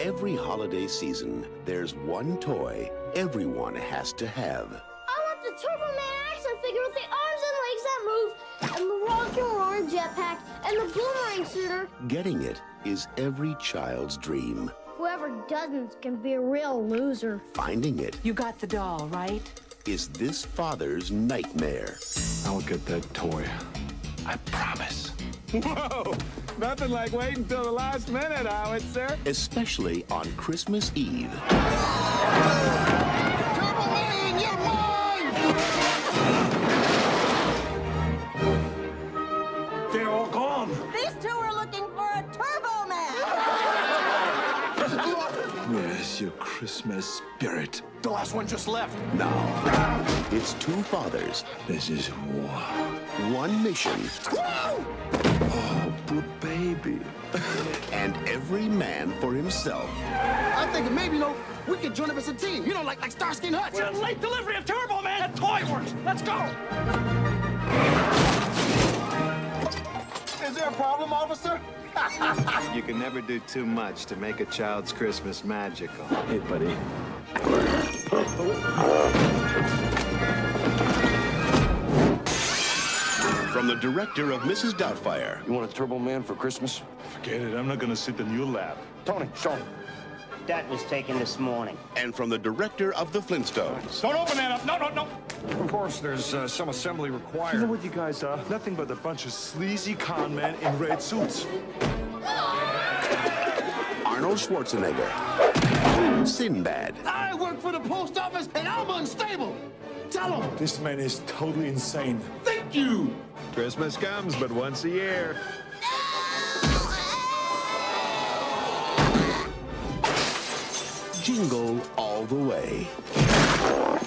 Every holiday season, there's one toy everyone has to have.
I want the Turbo Man action figure with the arms and legs that move, and the rock and roller jetpack, and the boomerang shooter.
Getting it is every child's dream.
Whoever doesn't can be a real loser.
Finding it
You got the doll, right?
is this father's nightmare.
I'll get that toy. I promise. Whoa! Nothing like waiting till the last minute, Howard, sir.
especially on Christmas Eve.
They're all gone.
These two are looking for a Turbo Man!
Where's your Christmas spirit?
The last one just left. Now, it's two fathers,
This is war.
one mission,
Oh, poor baby.
and every man for himself.
I'm thinking maybe, you know, we could join up as a team. You know, like like Starsky and Hutch.
late delivery of Turbo Man at Toy Works. Let's go.
Is there a problem, officer?
You can never do too much to make a child's Christmas magical.
Hey, buddy.
From the director of Mrs. Doubtfire,
You want a Turbo Man for Christmas?
Forget it. I'm not gonna sit in your lap.
Tony, show him.
That was taken this morning.
and from the director of The Flintstones.
Don't open that up. No, no, no.
Of course, there's uh, some assembly
You know
required.
what you guys are? Nothing but a bunch of sleazy con men in red suits.
Arnold Schwarzenegger, Sinbad,
I work for the post office and I'm unstable. Tell him.
This man is totally insane. Thank you.
Christmas comes but once a year.
Jingle All the Way.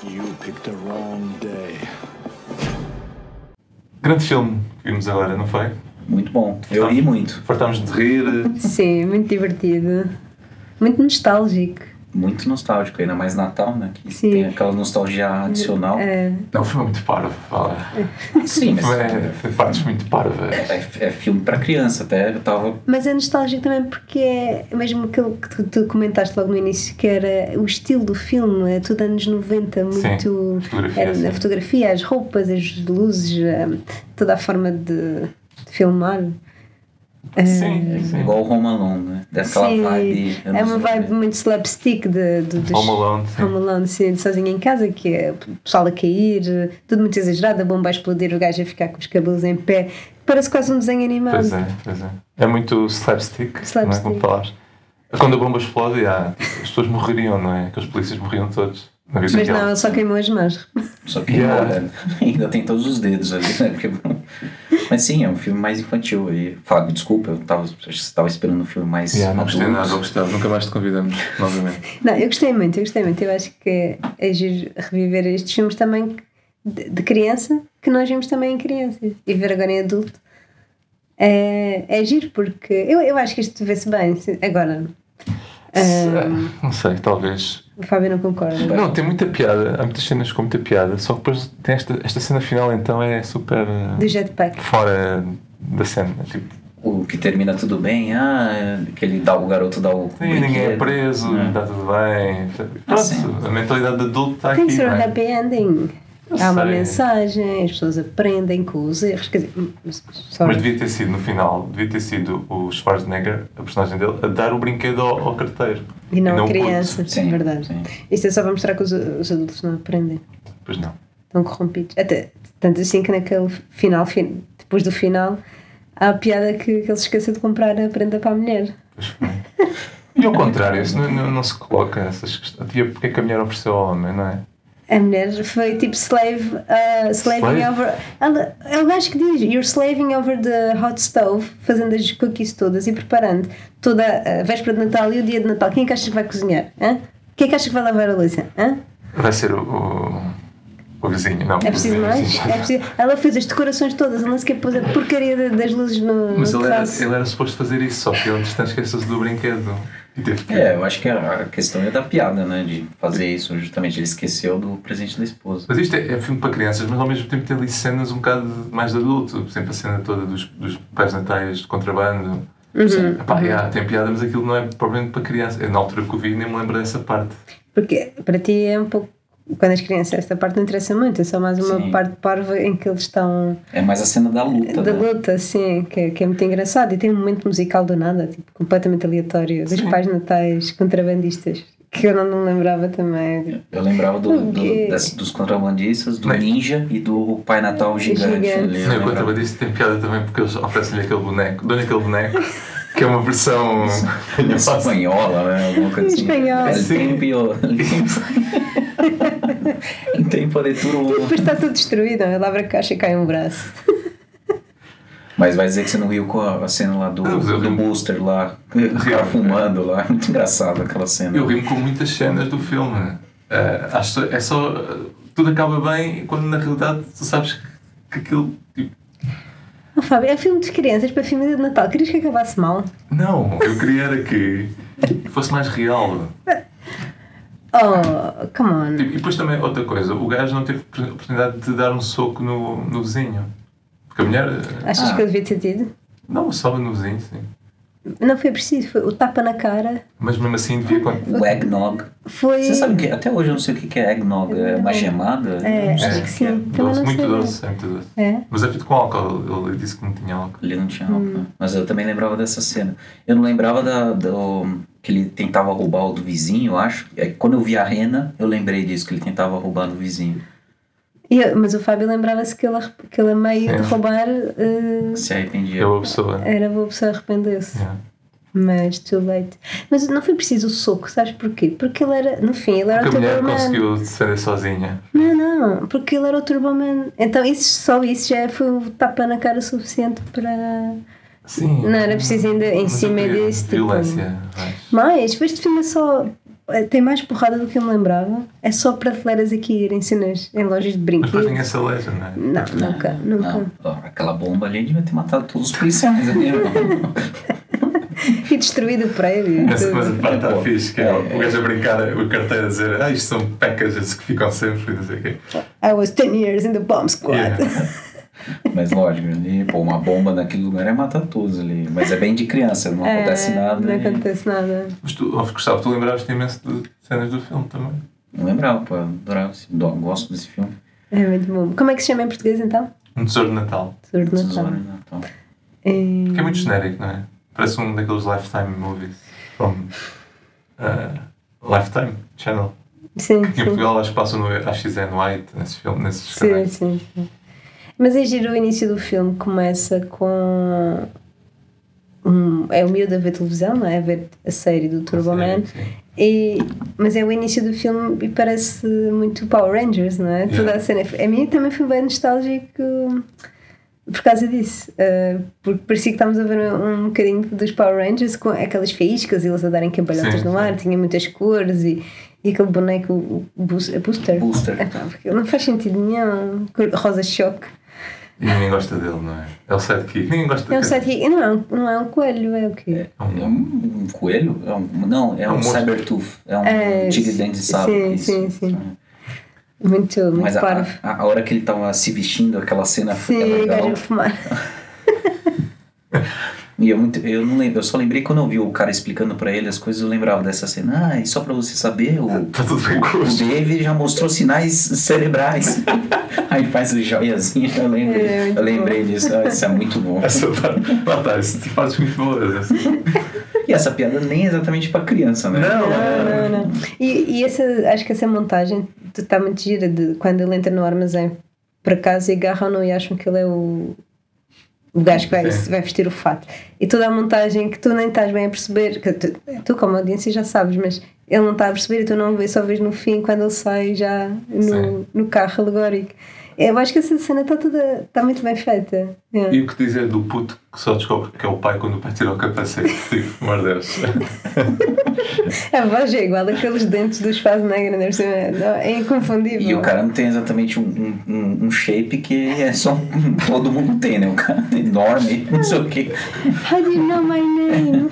You picked the wrong day.
Grande filme que vimos agora, não foi?
Muito bom. Eu ri muito.
Fartámos de rir.
Sim, muito divertido. Muito nostálgico.
Muito nostálgico, ainda mais Natal, né? Que
Sim.
Tem aquela nostalgia adicional.
É,
Não, foi muito parvo. vá.
Sim, mas.
Foi, foi partes muito parvas.
É, é filme pra criança, até. Eu tava.
Mas é nostálgico também porque é mesmo aquilo que tu, tu comentaste logo no início, que era o estilo do filme, é tudo anos 90, muito.
fotografia,
era
sim.
a fotografia, as roupas, as luzes, hum, toda a forma de, de filmar. É.
Sim, sim.
Igual o Home Alone, né? Daquela
Sim,
vibe.
é uma
anos
vibe
90.
muito slapstick de, de, dos-
Home Alone, sim.
Home Alone, sim, de sozinha em casa, que é o pessoal a cair, tudo muito exagerado, a bomba a explodir, o gajo a ficar com os cabelos em pé. Parece quase um desenho animado.
Pois é, pois é. É muito slapstick, não é
Slapstick.
como falas. Quando a bomba explode, ah, as pessoas morreriam, não é? Que os polícias morriam todos. Na vida
Mas
real.
não, ele só queimou as mãos.
Só que
Yeah.
ainda- ainda tem todos os dedos ali, né? Porque- Mas sim, é um filme mais infantil. E, Fábio, desculpa, eu tava, acho que você tava esperando um filme mais.
Yeah, não gostei
adulto.
nada, não gostava. Nunca mais te convidamos, novamente.
Não, eu gostei muito, eu gostei muito. Eu acho que é giro reviver estes filmes também de, de criança, que nós vimos também em criança, e ver agora em adulto. É, é giro, porque eu, eu acho que isto vê-se bem. se- Agora, Hum.
Se- Não sei, talvez.
o Fábio não concorda.
Não, tem muita piada. Há muitas cenas com muita piada. Só que depois tem esta, esta cena final, então, é super eh,
Do jetpack.
fora da cena. Tipo,
O que termina tudo bem, ah, que ele dá, o garoto dá o.
sim, ninguém é
brinquedo.
preso, está tudo bem.
Ah, sim.
Pronto, a mentalidade adulta está
Tem
aqui.
que ser um
não é?
happy ending.
Eu
Há uma
sei.
mensagem, as pessoas aprendem com os erros. Quer dizer, mas- sorry.
Mas devia ter sido no final, devia ter sido o Schwarzenegger, a personagem dele, a dar o brinquedo ao, ao carteiro.
e não, a
o
criança,
puto. Sim,
verdade.
sim.
Isto é só para mostrar que os, os adultos não aprendem.
puto. Pois não.
estão corrompidos. Até, tanto assim que naquele final, fin- depois do final, há a piada que, que ele se esqueceu de comprar a prenda para a mulher.
Pois foi. E ao contrário, isso não, não- não se coloca essas questões. Tipo, Porque é que a mulher ofereceu ao homem, não é?
A mulher foi tipo slave, uh, slaving
Slave?
over. Ela, é o gajo que diz: You're slaving over the hot stove, fazendo as cookies todas e preparando toda a véspera de Natal e o dia de Natal. Quem é que acha que vai cozinhar? Hã? Quem é que acha que vai lavar a louça? Hã?
Vai ser o. o- O vizinho, não.
É preciso
o vizinho,
mais?
sim.
É preciso... Ela fez as decorações todas, ela nem sequer pôs a porcaria de- das luzes no.
Mas
no
ele era,
terraço.
ele era suposto fazer isso, só que ele entretanto esqueceu-se do brinquedo. E teve que.
É, eu acho que a a questão é da piada, né? De fazer isso, justamente. Ele esqueceu do presente da esposa.
Mas isto é, é filme para crianças, mas ao mesmo tempo tem ali cenas um bocado mais de adulto. Por exemplo, a cena toda dos, dos pais natais de contrabando.
Uhum.
Sim. Epá, yeah, tem piada, mas aquilo não é propriamente para criança. Eu, na altura que o vi, nem me lembro dessa parte.
Porque para ti é um pouco. Quando as crianças, esta parte não interessa muito, é só mais uma
Sim.
parte parva em que eles estão.
É mais a cena da luta,
da
né?
luta, assim, que, é- que é muito engraçado. E tem um momento musical do nada, tipo, completamente aleatório, dos pais natais contrabandistas, que eu não, não lembrava também.
Eu lembrava do, do-
Ok.
das- dos contrabandistas, do
Mas-
ninja e do Pai Natal gigante. né?
Gigante.
ali, eu
Não,
lembrava.
enquanto eu disse, tem piada também porque eles oferecem-lhe aquele boneco. Dão-lhe aquele boneco, que é uma versão.
espanhola, né? Alguma coisa assim.
Espanhola.
El
Sim.
tempio. El tempo de turbo.
Depois está tudo destruído, ele abre a caixa e cai um braço.
Mas vai dizer que você não riu com a a cena lá do,
Não, mas eu
do
ri.
booster lá, o cara fumando lá. É muito engraçado aquela cena.
Eu rimo com muitas cenas do filme. Ah, acho que é só. Tudo acaba bem quando na realidade tu sabes que, que aquilo. tipo,
Oh, Fábio, é um filme de crianças para a família de Natal. Querias que acabasse mal?
não, eu queria era que fosse mais real.
Oh, come on.
Tipo, E depois também, outra coisa, o gajo não teve opor- oportunidade de dar um soco no, no vizinho. Porque a mulher. eh,
Achas
Ah.
que eu devia ter tido?
Não, uma sobra no vizinho, sim.
Não foi preciso, foi o tapa na cara.
Mas mesmo assim devia. con-
O eggnog.
Foi.
Você sabe o que? Até hoje eu não sei o que que é eggnog. É uma gemada?
É,
Não sei
acho
o
que
é.
sim. Também
Doce,
não
muito
sei.
doce, é muito doce.
É?
Mas é feito com álcool, ele disse que não tinha álcool.
Ele não tinha álcool.
Hum.
né? Mas eu também lembrava dessa cena. Eu não lembrava da, do, que ele tentava roubar o do vizinho, eu acho. É, que quando eu vi a rena, eu lembrei disso, que ele tentava roubar do vizinho.
E eu- mas o Fábio lembrava-se que ele, arrep- que ele a meio
É.
de roubar eh,
Se arrependia.
É uma pessoa. é.
era boa pessoa arrepender-se.
Yeah.
Mas too late. Mas não foi preciso o soco, sabes porquê? Porque ele era, no fim, ele era
Porque a
o
mulher
Turboman.
conseguiu defender sozinha.
Não, não, porque ele era o Turboman. Então isso, só isso já foi o tapa na cara suficiente para.
Sim.
Não, era preciso ainda em
Mas eu
cima
queria
disso, tipo-
Violência, mas-
Mas, mas este filme é só. tem mais porrada do que eu me lembrava. É só prateleiras aqui irem cenas em lojas de
Mas depois ninguém
brinquedos.
se aleja, não é?
Não, nunca, nunca.
Não, ó, aquela bomba ali devia ter matado todos os policiais ali, irmão.
E destruído o prédio. e
Essa
tudo.
coisa de parte está
Pô,
fixe, que é,
é,
o gajo a brincar, o carteiro a dizer, ah, isto são packages que ficam sempre, e não sei o quê.
I was 10 years in the bomb squad.
Yeah.
Mas lógico, ali, pô, uma bomba naquele lugar é matar todos ali. Mas é bem de criança, não
É,
acontece nada. né?
Não
e-
acontece nada.
Mas tu, oh, Gustavo, tu lembravas-te imenso de cenas do filme também.
Não lembrava, pô, é eu adorava esse, do- gosto desse filme.
É muito bom. Como é que se chama em português então?
Um tesouro de Natal.
Tesouro de Natal.
Tesouro de Natal.
É,
Que é muito genérico, não é? Parece um daqueles Lifetime movies. From, ah, Lifetime Channel.
Sim,
Em
sim.
Portugal acho que passam no AXN White, nesses filmes, nesses
Sim,
canais.
sim, sim. Mas é giro, o início do filme começa com. um- é o miúdo a ver televisão, não é? A ver a série do Turboman.
Sim, sim.
E, mas é o início do filme e parece muito Power Rangers, não é?
Yeah.
Toda a cena. A mim também foi bem nostálgico por causa disso. Ah, porque parecia que estávamos a ver um, um bocadinho dos Power Rangers com aquelas faíscas e eles a darem cambalhotas
Sim,
no
sim.
ar, tinha muitas cores e, e aquele boneco, o Boos- é Booster.
Booster.
É pá, porque não faz sentido nenhum. Cor- Rosa Choque.
E ninguém gosta dele, não é? É o sidekick. Ninguém gosta
É um
dele.
sidekick. Não, é um- não é um coelho, é o quê?
É um, um coelho? É um, não, é
um
um,
monstro.
Cybertooth. É um
É,
tigre de dente de sabre.
sim,
isso. É,
sim, sim. Muito, muito
Mas a,
parvo.
a, a hora que ele tava se vestindo, aquela cena é
Sim,
legal.
gajo a fumar.
E eu, muito, eu não lembro, eu só lembrei quando eu vi o cara explicando pra ele as coisas, eu lembrava dessa cena. Ah, e só pra você saber, o,
Tá tudo bem com
o David já mostrou sinais cerebrais. Aí faz o joiazinho, eu lembro.
É, muito
eu lembrei disso. Ah, isso é muito bom.
Essa parte. tá- Lá está, isso te faz muito é assim. boa. essa.
E essa piada nem é exatamente pra criança, né?
Não, é
Não, não. E, e essa, acho que essa montagem está muito gira de quando ele entra no armazém para casa e agarram-no e acham que ele é o, o gajo que vai,
Sim.
vai vestir o fato. E toda a montagem que tu nem estás bem a perceber, que tu, tu como audiência já sabes, mas ele não está a perceber e tu não vês, só vês no fim quando ele sai já no,
Sim.
no carro alegórico. Eu acho que essa cena está toda. está muito bem feita. É. Yeah.
E o que dizer do puto que só descobre que é o pai quando o pai tira o capacete? Tipo, morderes.
A voz é igual àqueles dentes do Schwarzenegger, né? Não, é inconfundível.
E o cara não tem exatamente um, um, um shape que é só. todo mundo tem, né? O cara é enorme, não sei o quê.
How do you know my name?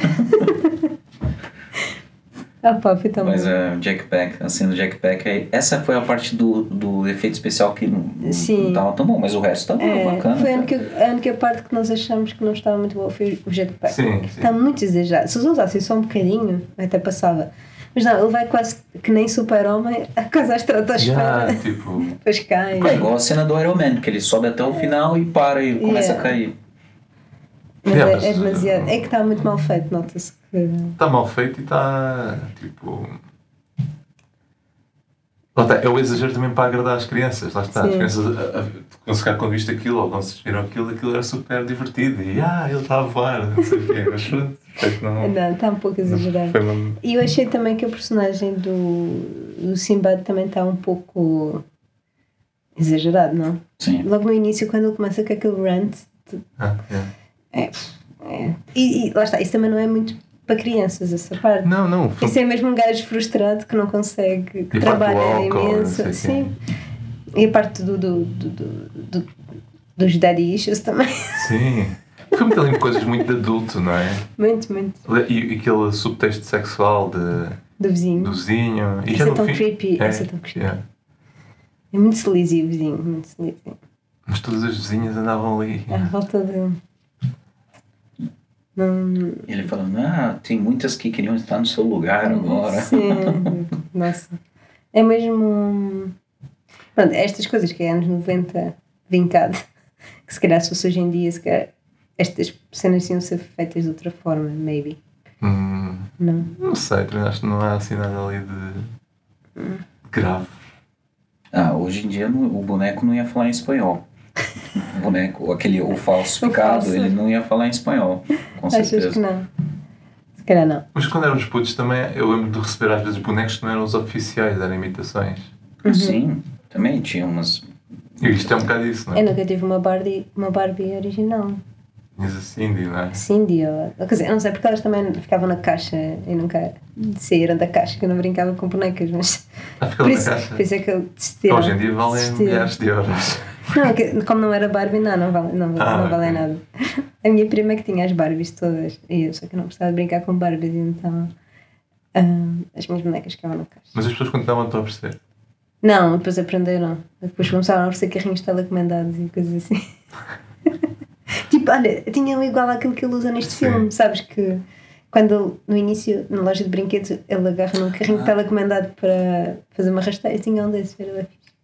A pop também.
Mas é, o Jack Black, a cena do Jack Black, é- essa foi a parte do, do efeito especial que não, não-
Sim.
não tava tão bom, mas o resto tá bom,
É,
bacana.
Foi a
cara.
única, a única parte que nós achamos que não estava muito boa foi o jetpack.
Sim, sim.
Está muito exagerado. Se os usassem só um bocadinho, até passava. Mas não, ele vai quase que nem super-homem a casa à estratosfera.
Yeah,
tipo...
Depois cai.
É igual a cena do Iron Man, que ele sobe até o final e para e começa
Yeah.
a cair.
Mas
Yeah,
é,
mas-
é demasiado. É que está muito mal feito, nota-se que.
Está Tá mal feito e está tipo. Lá está, é o exagero também para agradar as crianças, lá está. As
Sim.
crianças, a- a- quando ficar quando viste aquilo ou quando se viram aquilo, aquilo era super divertido e ah, ele está a voar, não sei o quê, mas pronto, acho que não.
Não, está um pouco exagerado.
Foi uma-
E eu achei também que a personagem do, do Sinbad também está um pouco exagerado, não?
Sim.
Logo no início, quando ele começa com aquele rant, tu-
Ah, yeah.
é. é. E, e lá está, isso também não é muito para crianças, essa parte.
Não, não. foi-
Isso é mesmo um gajo frustrado que não consegue, que
E parte do
trabalha
álcool,
imenso.
não sei o
Sim. E a parte do, do, do, do- do- dos daddy issues também.
Sim. Foi muito ali de coisas muito de adulto, não é?
muito, muito.
E, e aquele subtexto sexual de,
Do vizinho.
do vizinho. E
Isso
já
é
no
tão
fim-
creepy,
É,
isso é tão creepy.
yeah.
É muito sleazy o vizinho, muito sleazy.
Mas todas as vizinhas andavam ali.
À volta de. Não,
E ele falando, ah, tem muitas que queriam estar no seu lugar agora.
Sim, nossa. É mesmo. um- Pronto, estas coisas que é anos 90 vincado, que se calhar se fosse hoje em dia, se calhar estas cenas tinham ser feitas de outra forma, maybe.
Hum.
Não.
Não sei, também acho que não há assim nada ali de grave.
Ah, hoje em dia não- o boneco não ia falar em espanhol. O boneco, aquele, o
O
falsificado,
falso.
ele não ia falar em espanhol. Com
Achas
certeza.
que não? Se calhar não.
Mas quando éramos putos também, eu lembro de receber às vezes bonecos que não eram os oficiais, eram imitações.
Uhum.
Sim, também tinha umas.
E isto é um bocado isso, não
Eu
é?
nunca tive uma Barbie, uma Barbie original.
Tinhas a Cindy, não é?
Cindy, ou, ou, quer dizer, eu não sei, porque elas também ficavam na caixa e nunca saíram da caixa, que eu não brincava com bonecas, mas.
Ah, ficava
por
na
isso-
caixa?
Por isso é que eu desisti.
Hoje em dia valem
Desisti.
milhares de euros.
Não, que- como não era Barbie, não, não vale, não,
Ah,
não vale
ok.
nada. A minha prima é que tinha as Barbies todas, e eu só que eu não gostava de brincar com Barbies, então ah, as minhas bonecas ficavam na caixa.
Mas as pessoas continuavam a perceber.
Não, depois aprenderam. Depois começaram a oferecer carrinhos telecomandados e coisas assim. tipo, olha, tinham igual àquilo que ele usa neste
Sim.
filme, sabes que quando ele, no início, na loja de brinquedos, ele agarra num
Ah.
carrinho telecomandado para fazer uma rasteira, e tinha um desses, era bem fixe.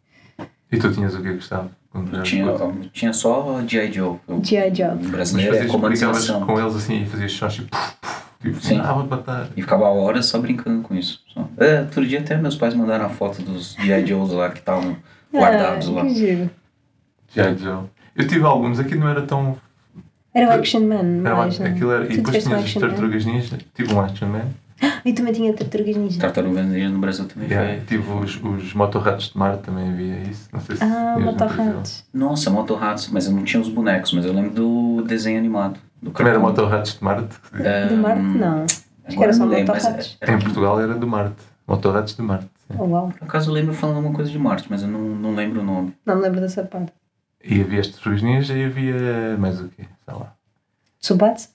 E tu tinhas o que eu gostava? Quando eras
Tinha,
puto?
tinha só G.I. Joe. O
G.I. Joe.
Mas
brasileiro é
fazias, brincavas
comandização.
com eles assim e fazias sons tipo... puf, puf, Tipo,
Sim.
ah, vou-te matar.
E ficava horas só brincando com isso. só. É, outro dia até meus pais mandaram a foto dos G.I. Joes lá que estavam guardados
ah,
lá.
que giro.
Já, já. Eu tive alguns, aqui não era tão
Era o Action Man,
Era
mais,
mais,
não?
aquilo era,
Tu
e depois
tiveste um
tinhas as
Action Man?
tartarugas ninja, tive um Action Man,
E também tinha tartarugas ninja.
Tartaruga Ninja no Brasil também
yeah,
foi.
É, tive os, os motorratos de mar, também havia isso, não sei se
Ah,
tinhas no Brasil.
motorratos.
Nossa, Motorratos, mas eu não tinha os bonecos, mas eu lembro do desenho animado. Do
Também era
cartoon.
motorratos de Marte, que
É,
se diz.
Do Marte, não. Acho que
Hum, Agora
era
eu
só
não lembro, mas
motorratos.
é-
em Portugal era do Marte, motorratos de Marte. sim.
Oh, uau.
Por acaso eu lembro falando alguma coisa de Marte, mas eu não, não lembro o nome.
Não me lembro dessa parte.
E havia as tartarugas ninja e havia mais o quê, sei lá.
Subatsu?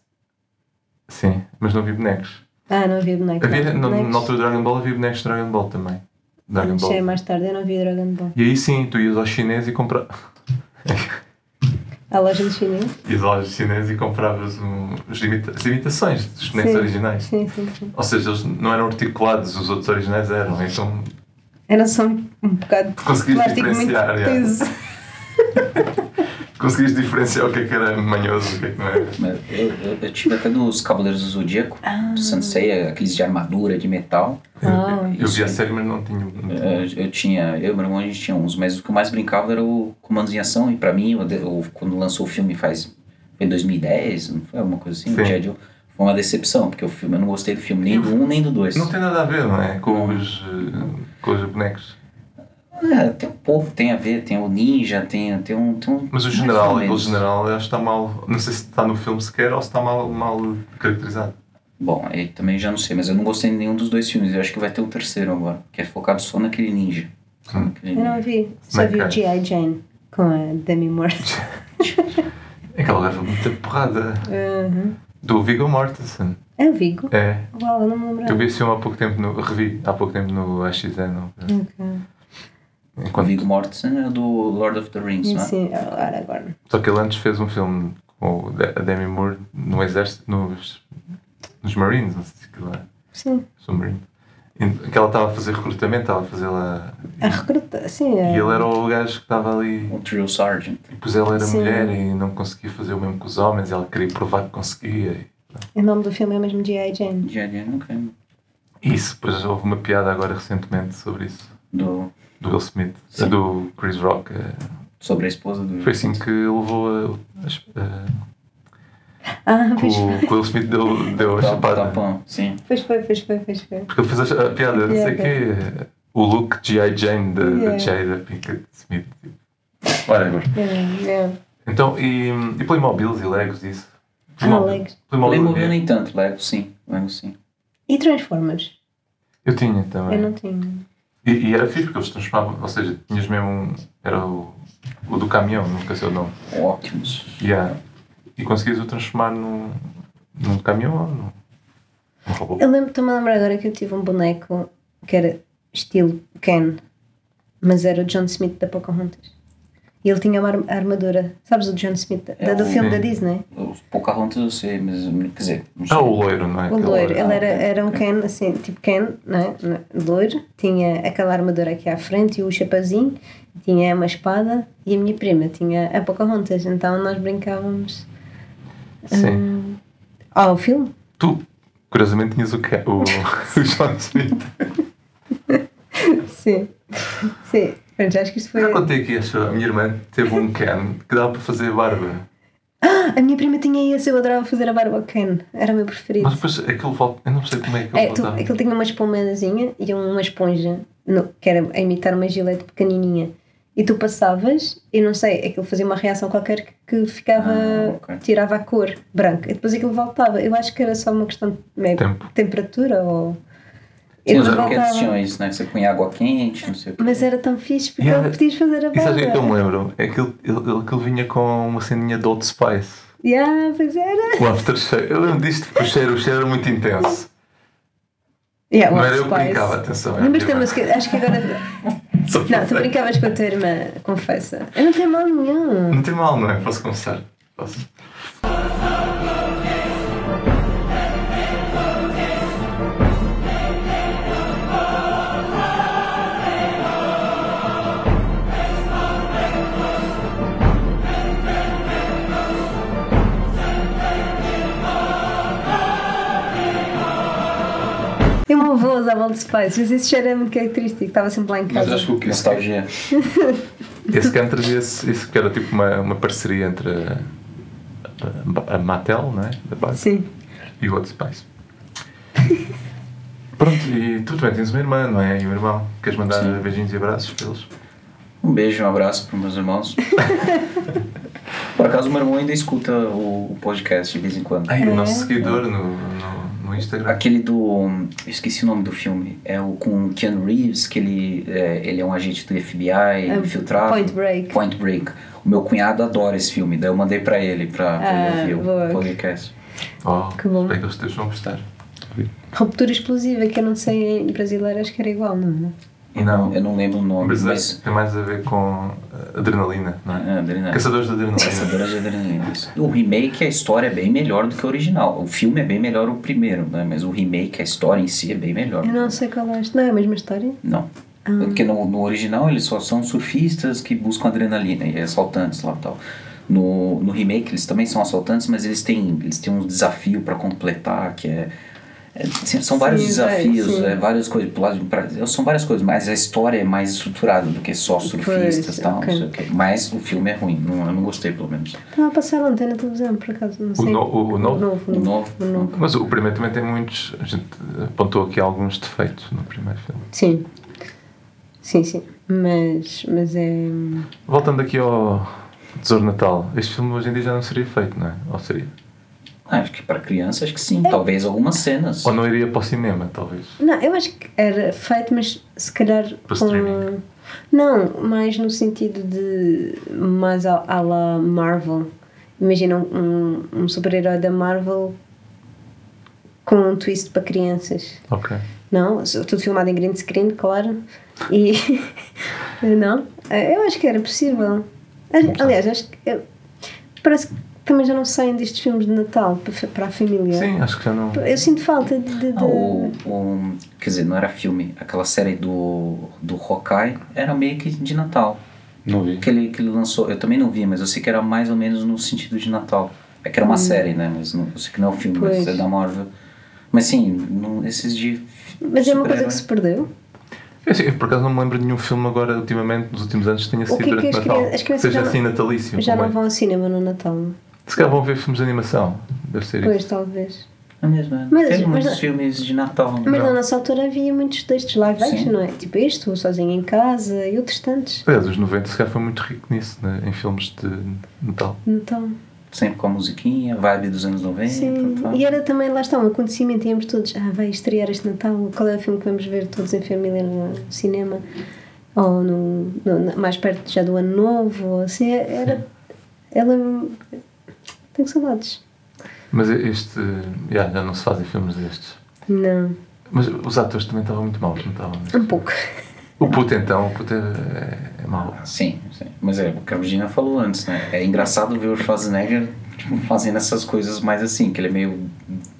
Sim, mas não havia bonecos.
Ah, não havia boneco.
Havia, na,
Bonecos.
na altura do Dragon Ball havia bonecos de Dragon Ball também. Dragon
Achei
Ball.
mais tarde, eu não vi Dragon Ball.
E aí sim, tu ias ao chinês e compra...
A loja do chinês?
ias à loja chinês e compravas um, os imita- as imitações dos bonecos
Sim.
originais.
Sim, sim, sim.
Ou seja, eles não eram articulados, os outros originais eram, então
Era só um um bocado de
Conseguiste
plástico muito
diferenciar, já.
teso.
conseguias diferenciar o que é que era manhoso e o que é que não era.
Mas eu, eu, eu tive até dos Cavaleiros do Zodíaco, do Sansei, aqueles de armadura, de metal.
Ah,
Eu vi a série, mas não tinha. não tinha.
Eu, eu tinha, eu e meu irmão a gente tinha uns, mas o que eu mais brincava era o Comandos em Ação, e pra mim, eu, de- eu- quando lançou o filme faz, foi 2010, não foi alguma coisa assim,
Sim.
o G.I. Joe, foi uma decepção, porque o filme, eu não gostei do filme, nem do um, nem do dois.
Não tem nada a ver, não é? Com os, eh, com os bonecos.
É, tem um pouco, tem a ver, tem o ninja, tem, tem, um, tem um.
Mas o
mais
general,
ou
aquele
menos.
general, eu acho que está mal. Não sei se está no filme sequer ou se está mal, mal caracterizado.
Bom, aí também já não sei, mas eu não gostei de nenhum dos dois filmes. Eu acho que vai ter um terceiro agora, que é focado só naquele ninja.
Hum.
Só naquele
Eu
ninja.
não vi, só
Mas
vi o
cara.
G.I. Jane com a Demi Moore.
Aquela É leva muita porrada.
Uhum.
Do Viggo Mortensen.
É o Vigo?
É.
Uau, eu não me lembro.
Eu vi esse filme há pouco tempo no. Revi há pouco tempo no AXN.
O
Enquanto,
Viggo Mortensen é do Lord of the Rings, não é?
Sim, agora, agora.
só que ele antes fez um filme com o De- a Demi Moore no exército, nos, nos Marines, não sei se aquilo é.
Sim,
Submarine. Em- Que ela estava a fazer recrutamento, estava a fazer lá.
a recruta, sim.
E
é-
ele era o gajo que estava ali.
O Drill Sergeant.
E pois ela era
Sim.
mulher e não conseguia fazer o mesmo que os homens, e ela queria provar que conseguia.
O nome do filme é mesmo G.I. Jane.
Já já não creio.
E isso, depois houve uma piada agora recentemente sobre isso.
Do,
Do Will Smith,
Sim.
do Chris Rock. eh,
sobre a esposa do.
Foi assim que levou a. a esp- a-
Ah,
que
pois
o, que o Will Smith deu, deu a
Top-
chapada.
Topão, sim.
Pois foi, pois foi, pois foi.
Porque ele fez a, ch- a piada, não sei o quê. O look G.I. Jane da
Yeah.
da Jada Pinkett Smith. tipo. Whatever.
É, é.
Então, e, e Playmobilis e Legos, e isso?
Ah, Legos.
Playmobil
é-
nem tanto, Lego sim. Lego sim.
E Transformers?
Eu tinha
Eu
também.
não tinha.
E, e era fixe porque eles transformavam, ou seja, tinhas mesmo um. Era o, o do caminhão, nunca sei o nome.
O Optimus.
Yeah. E conseguias o transformar num, num caminhão ou num, num robô.
Eu lembro, estou-me a lembrar agora que eu tive um boneco que era estilo Ken, mas era o John Smith da Pocahontas. E ele tinha uma arm- armadura. Sabes o John Smith da-
É
do
o-
filme da
Sim.
Disney?
Os Pocahontas eu sei, mas quer dizer. Não sei.
Ah, o loiro, não é?
O
Aquele
loiro. Ele era,
ok.
era um Ken, assim, tipo Ken, não é? Não é? Loiro. Tinha aquela armadura aqui à frente e o chapeuzinho. Tinha uma espada. E a minha prima tinha a Pocahontas. Então nós brincávamos
Sim.
Hum. ao filme.
Tu, curiosamente, tinhas o, ca- o, o John Smith.
Sim. Sim. Pronto, acho que isto foi...
Eu contei aqui, acho, a minha irmã teve um Ken que dava para fazer barba.
A minha prima tinha esse, eu adorava fazer a barba ao Ken, era o meu preferido.
Mas depois aquilo volta. Eu não sei como é que
É,
ele
tu,
voltava.
aquilo tinha uma espumadazinha e um- uma esponja, no- que era a imitar uma gilete pequenininha. E tu passavas, e não sei, aquilo fazia uma reação qualquer que, que ficava.
Ah, ok.
tirava a cor branca. E depois aquilo voltava. Eu acho que era só uma questão de meio-
Tempo.
temperatura ou. E
Sim, os
depois
brinquedos
voltava.
tinham isso, né? Que você punha água quente, não sei o quê.
Mas era tão fixe porque
E
yeah.
era-
podias fazer a
E sabes o que é que eu me
barba.
lembro? É que ele, ele, aquilo vinha com uma ceninha de Old Spice.
Yeah, pois era.
O aftershave. Eu lembro disto porque o cheiro, o cheiro era muito intenso.
Yeah,
não
Old
era eu que
Spice.
brincava, atenção. é
Lembras da música? Acho que agora.
Só
Não, tu
pensei.
brincavas com a tua irmã, confessa. Eu não tenho mal nenhum.
Não tem mal, não é? Posso começar? Posso.
Eu meu avô usava Old Spice, mas esse cheiro é muito característico, estava sempre lá em
Mas
casa.
acho que o que esse,
Tá
Nostalgia.
esse can trazia esse- isso que era tipo uma, uma parceria entre a, a, a Mattel, não é? Da base,
Sim.
e o outro Spice. Pronto, e tu também tens uma irmã, não é? E um irmão. Queres mandar beijinhos e abraços para eles?
Um beijo, um abraço para meus irmãos. Por acaso, meu irmão ainda escuta o, o podcast de vez em
É.
quando.
Ai, o nosso seguidor no, no, no Instagram.
Aquele do. hum, Eu esqueci o nome do filme. É o com o Keanu Reeves, que ele é, ele é um agente do FBI, infiltrado.
É, Point Break.
Point Break. O meu cunhado adora esse filme, daí eu mandei pra ele, pra, pra
Ah,
ele ouvir
boa.
o podcast.
Oh,
Que bom.
Espero que eles estejam a gostar.
Ruptura explosiva, que eu não sei em brasileiro, acho que era igual, não é?
Eu
Não.
eu não lembro o nome,
Mas,
mas.
tem mais a ver com eh, adrenalina, não é?
Ah, adrenalina.
Caçadores de adrenalina.
Caçadora de adrenalina. isso. O remake, a história é bem melhor do que o original. O filme é bem melhor o primeiro, né? Mas o remake, a história em si é Ah. bem melhor.
Eu não sei qual é. Não é a mesma história?
Não. Porque no, no original eles só são surfistas que buscam adrenalina e assaltantes lá e tal. No, no remake eles também são assaltantes, mas eles têm, eles têm um desafio para completar, que é. é, sim, são vários
Sim, vai,
desafios,
sim.
é, várias coisas, pro lado, pra, são várias coisas, mas a história é mais estruturada do que só surfistas e tal,
ok.
não sei o quê. Mas o filme é ruim, não, eu não gostei pelo menos.
Estava a passar ontem na televisão, por acaso, não sei.
no- o- o novo?
novo.
O novo.
O novo.
Mas o primeiro também tem muitos. A gente apontou aqui alguns defeitos no primeiro filme.
Sim. Sim, sim. Mas, mas é.
Voltando aqui ao Tesouro Natal, este filme hoje em dia já não seria feito, não é? Ou seria?
Ah, Acho que para criança, acho que sim.
É.
Talvez algumas cenas.
Ou não iria para o cinema, talvez.
Não, eu acho que era feito, mas se calhar.
Para streaming.
Não, mais no sentido de. mais à, à la Marvel. Imagina um, um, um super-herói da Marvel com um twist para crianças.
Ok.
Não, tudo filmado em green screen, claro. E. não? Eu acho que era possível. Aliás, acho que. eu- Parece que também já não saem destes filmes de Natal para fa- para a família.
Sim, acho que já não.
Eu sinto falta de. de- de-
Ah, o, o- quer dizer, não era filme. Aquela série do, do Hawkeye era meio que de Natal.
Não vi.
Que ele, que ele lançou, eu também não vi, mas eu sei que era mais ou menos no sentido de Natal. É que era uma série, né? Mas não, eu sei que não é um filme,
Hum. Pois.
mas é da Marvel. Mas sim, não- esses de.
Mas é uma coisa
super-herói.
que se perdeu.
Eu, sei- É assim, eu, por acaso não me lembro de nenhum filme agora, ultimamente, nos últimos anos, que tenha sido
que é que
durante
as
Natal.
crianças- as crianças
seja
já não-
assim natalício.
Já não
também.
vão ao cinema no Natal.
Se calhar vão ver filmes de animação. Deve ser
Pois,
isso.
talvez.
É mesmo, é.
Mas-
Teve
mas-
muitos filmes de Natal. né?
Mas é. na nossa altura havia muitos destes live
Sim.
action, não é? Tipo este, o Sozinho em Casa e outros tantos.
Aliás, os 90 se calhar foi muito rico nisso, né? em filmes de Natal.
Então,
Sempre com a musiquinha, vibe dos anos 90.
sim.
tal.
E era também, lá está, um acontecimento. Íamos todos, ah, vai estrear este Natal. Qual é o filme que vamos ver todos em família no cinema? Ou no, no- na- mais perto já do Ano Novo? ou Assim, era. Ela. Tenho saudades.
Mas este. já- já não se fazem filmes destes.
Não.
Mas os atores também estavam muito maus, não estavam?
Um pouco.
O puto então, o puto é, é mau.
Ah, Sim, sim. Mas é o que a Virginia falou antes, né? É engraçado ver o Schwarzenegger tipo, fazendo essas coisas mais assim, que ele é meio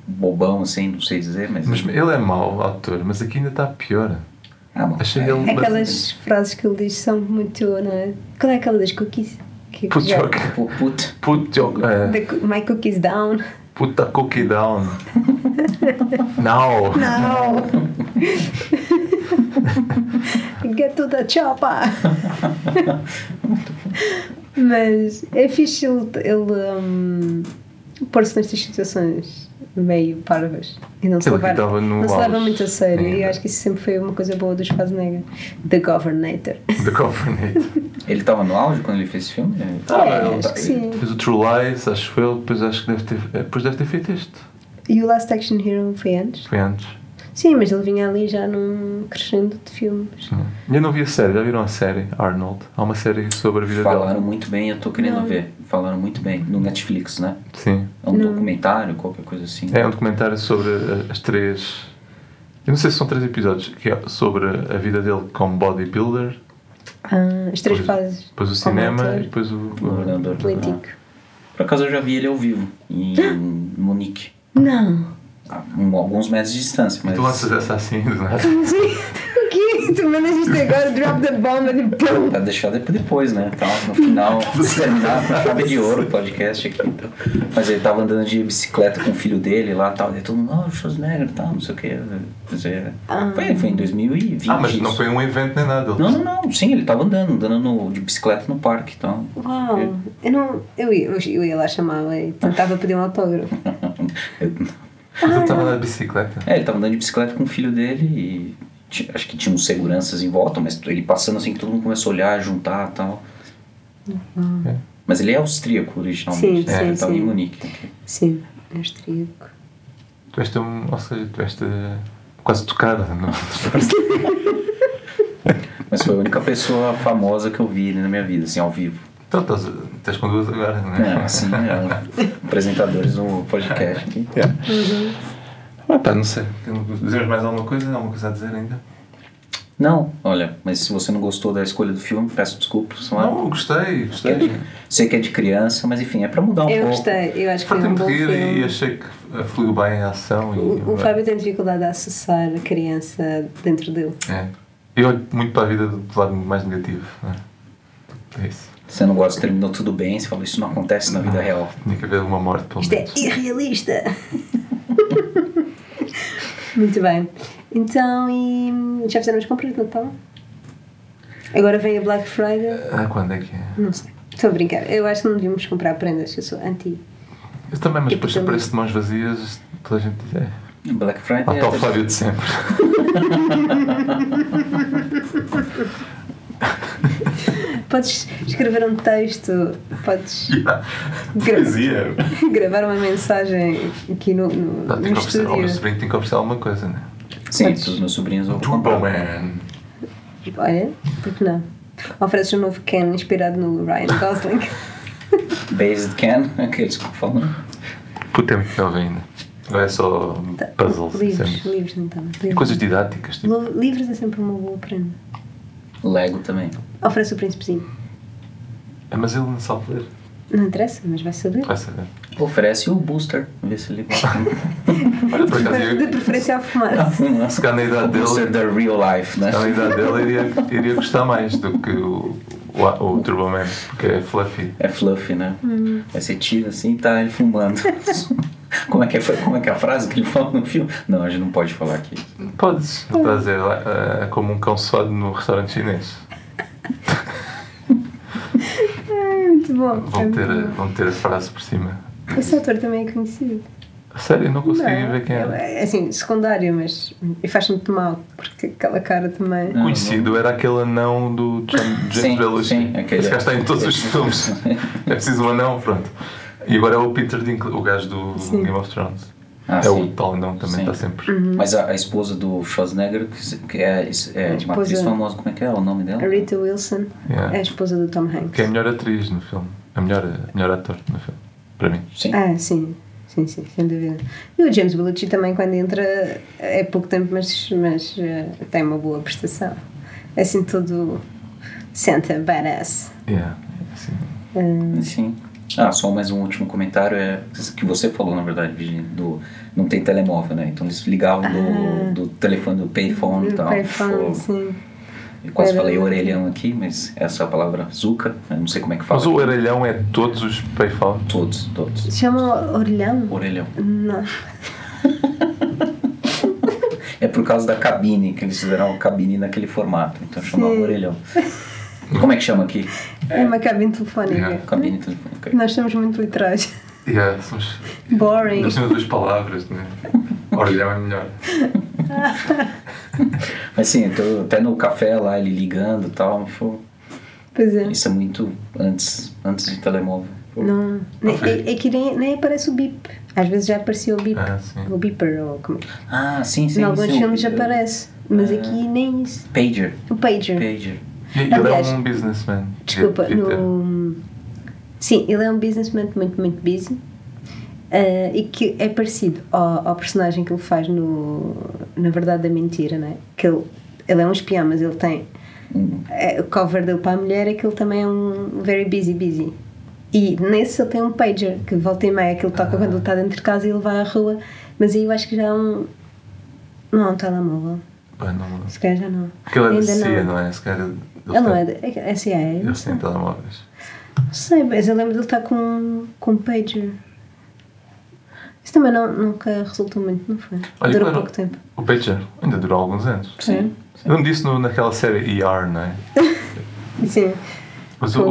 bobão, assim, não sei dizer, mas.
Mas ele é mau ator, mas aqui ainda está pior.
Ah, bom.
Achei ele. um
É Aquelas frases que ele diz são muito, não é? Qual é aquela das cookies? Que é
Put
já-
your,
Pô, puta.
put your,
The
eh,
coo- my cookies down.
put the cookie down. Now.
Não! Get to the chopper! Mas é fixe ele, ele hum, pôr-se nestas situações meio parvas e não se,
Ele
levar,
estava no
não se leva
auge é.
muito a sério. E
ainda.
acho que isso sempre foi uma coisa boa dos Schwarzenegger. The Governator.
The Governator.
Ele tava no auge quando ele fez esse filme? É.
Ah,
É,
tá
acho que sim.
Fez o True Lies, acho eu, depois acho que deve ter, eh, depois deve ter feito este.
E o Last Action Hero foi antes?
Foi antes.
Sim, mas ele vinha ali já num crescendo de filmes.
E Eu não vi a série, já viram a série, Arnold? Há uma série sobre a vida
Falaram
dela.
muito bem, eu tô querendo
Não.
ver. Falaram muito bem. No Netflix, né?
Sim.
É um
Não.
documentário, qualquer coisa assim.
É um documentário sobre eh, as três. Eu não sei se são três episódios, que é sobre a vida dele como bodybuilder,
Ah, as três
Pois-
fases.
depois o
Como
cinema
ator,
e depois o.
O governador.
Político.
Um Ah. Por acaso eu já vi ele ao vivo, em Munique.
Não.
a um- alguns metros de distância, mas.
Tu lanças essa assim, do nada.
Mas e- o quê? Tu mandas isto agora, drop the bomb e pum!
Pra deixar de- depois, né? Tá, no final, terminar com chave de ouro o podcast aqui. Então. Mas ele tava andando de bicicleta com o filho dele lá e tal. E todo mundo, ah, o Schwarzenegger e tal, não sei o quê. Quer dizer,
Ah.
foi, foi em 2020.
Ah, mas não
isso.
foi um evento nem nada. ele-
Não, não, não, sim, ele tava andando, andando no- de bicicleta no parque e tal.
Uau! Eu não. Eu ia, eu ia lá chamá-la e tentava pedir um autógrafo.
Mas ele estava na bicicleta.
É, ele tava andando de bicicleta com o filho dele e ti- acho que tinha uns seguranças em volta, mas ele passando assim que todo mundo começou a olhar, juntar e tal. Mas ele é austríaco originalmente,
Uhum. Sim,
né?
sim,
ele tava
sim.
em Munique.
Sim, é austríaco.
Tu és tão. Ou seja, tu és eh, quase tocada. Não? é?
Mas foi a única pessoa famosa que eu vi na minha vida, assim, ao vivo.
Então estás, estás com duas agora, não
É,
é?
assim, é, apresentadores do podcast aqui.
Ah, pá, não sei. Tenho- Dizemos mais alguma coisa? Alguma coisa a dizer ainda?
Não, olha, mas se você não gostou da escolha do filme, peço desculpas. Não, é-
Não, gostei, gostei.
Sei que é de criança, mas enfim, é pra mudar um
Eu
pouco.
gostei, eu acho que foi um
Fartei-me de
bom
rir e
filme.
achei que eh, fluiu bem a ação. E,
O, o Fábio tem dificuldade a acessar a criança dentro dele.
É. Eu olho muito para a vida do lado mais negativo. né? É isso.
Você não gosta, terminou tudo bem, você falou, isso não acontece na vida real.
Tinha que haver uma morte, pelo
Isto é
menos.
irrealista! Muito bem. Então, e já fizeram as compras de Natal? Agora vem a Black Friday?
Ah, quando é que é?
Não sei. Estou a brincar. Eu acho que não devíamos comprar prendas, eu sou anti.
Eu também, mas
Eu
depois se
Tipo também.
aparece de mãos vazias, toda a gente diz, é.
Black Friday.
Ah,
é
tá o
até-
Flávio de sempre.
Podes escrever um texto, podes gra-
Poesia.
gravar uma mensagem aqui no, no,
Tá, tem
no
que oferecer, o meu
estúdio.
sobrinho tem que oferecer alguma coisa, né?
Sim, os meus sobrinhos vão
Turbo
comprar.
Man.
Tipo, Olha, porque não? Ofereces um novo Ken inspirado no Ryan Gosling.
Based Can, aqueles que falam.
Puta, é muito nova ainda. Agora é só puzzles.
Tá, livros,
sempre.
livros então.
E
Livros.
coisas didáticas, tipo.
Lo- livros é sempre uma boa prenda.
Lego também.
Oferece o príncipezinho.
Ah, Mas ele não sabe ler.
Não interessa, mas vai saber.
Vai saber.
Oferece o Booster, vê se ele gosta.
Olha, por acaso,
De
eu, Ah.
preferência a fumar.
se calhar na idade
o Booster
dele,
da real life, né?
se calhar na idade dele iria, iria gostar mais do que o, o, o Turbo Man, porque é fluffy.
É fluffy, né? Aí você tira assim e tá ele fumando. como, é que é, foi- como é que é a frase que ele fala no filme? Não, a gente não pode falar aqui.
Podes trazer lá, é como um cão suado no restaurante chinês.
É muito bom. é
Vão
muito
ter, eh, a-
bom.
vão ter a frase por cima.
Esse autor também é conhecido.
A Sério, eu não consegui
Não,
ver quem era.
é, Assim, secundário, mas e faz muito mal, porque aquela cara também.
Ah.
Não,
Conhecido era aquele anão do John- James
Sim,
Belushi.
sim, é aquele.
Esse gajo está em todos os
Esse.
filmes. É preciso um anão, pronto. E agora é o Peter Dinklage, o gajo do
Sim.
Game of Thrones.
Ah,
é
sim.
o tal anão também,
Sim.
está sempre.
Mas a, a esposa do Schwarzenegger, que se- que é, é
A
uma atriz
esposa-
famosa, como é que é o nome dela?
A Rita Wilson
Yeah.
é a esposa do Tom Hanks.
Que é a melhor atriz no filme. A melhor, a melhor ator no filme. Para mim.
Sim.
Ah, sim, sim, sim, sem dúvida. E o James Belushi também, quando entra, é pouco tempo, mas, mas eh, tem uma boa prestação. É assim, todo senta, badass. Eh,
Yeah. Assim.
Sim. Ah, só mais um último comentário é que você falou, na verdade, Virginia, do não tem telemóvel, né? Então eles ligavam do, do telefone Ah. do payphone e tal.
Perfeito,
Pô,
sim.
Eu quase
Era-
falei orelhão aqui, mas essa é a palavra zuca, eu não sei como é que fala.
Mas o orelhão é todos os payphone.
Todos, todos.
Chama Orlhão?
Orelhão.
Não.
É por causa da cabine, que eles fizeram a cabine naquele formato, então chamava
Sim.
orelhão. Como é que chama aqui?
É uma cabine telefónica.
Cabine telefônica.
Nós somos muito literais.
Yeah, somos.
Boring.
Nós temos duas palavras, né? Orelhão é melhor.
Mas sim, eu tô até no café lá, ele ligando e tal, pô,
Pois é.
isso é muito antes, antes de telemóvel. Pô.
Não. Nem- É, é que nem, nem aparece o bip. Às vezes já aparecia o bip.
Ah, sim.
o beeper, ou como é que-
Ah, sim, sim.
Em alguns
sim,
filmes já
o-
aparece. Mas
Ah.
aqui nem isso.
Pager.
O pager.
Pager.
E Ele
Aliás,
é um businessman.
Desculpa,
Devia- devia ter.
no. Sim, ele é um businessman muito, muito busy. ah, e que é parecido ao, ao personagem que ele faz no Na Verdade da Mentira, não é? Que ele, ele é um espião, mas ele tem.
Uhum.
é, o cover dele para a mulher é que ele também é um very busy, busy. E nesse ele tem um pager, que volta e meia, que ele
Ah.
toca quando ele está dentro de casa e ele vai à rua. Mas aí eu acho que já é um. Não é um telemóvel.
Ah, não-
Se calhar já não.
Porque ele é da
Ainda
CIA,
não.
não é? Esse cara. Ele
Ele não é.
tem-
de- É CIA.
Eles têm telemóveis.
Não sei, mas eu lembro dele estar com, com um pager. Isso também não, nunca resultou muito, não foi?
Olha,
Durou
claro,
pouco tempo.
O Pager ainda durou alguns anos.
Sim.
Eu lembro disso no, naquela série ER, não é?
Sim.
Mas o,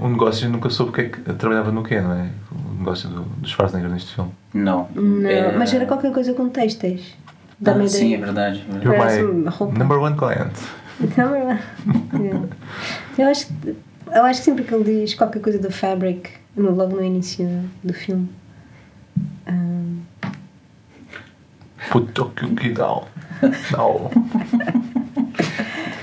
o negócio nunca soube o que é que trabalhava no quê, não é? O negócio do, do Schwarzenegger neste filme.
Não.
Não,
É-
mas era qualquer coisa com têxteis. Dá-me
ah,
ideia.
Sim, é verdade. é verdade.
You're
Parece
my
uma roupa.
number one client.
Então, é lá. É. eu, acho, que- eu acho que sempre que ele diz qualquer coisa do Fabric, no- logo no início do filme. ah,
Puto que o que dá. Não.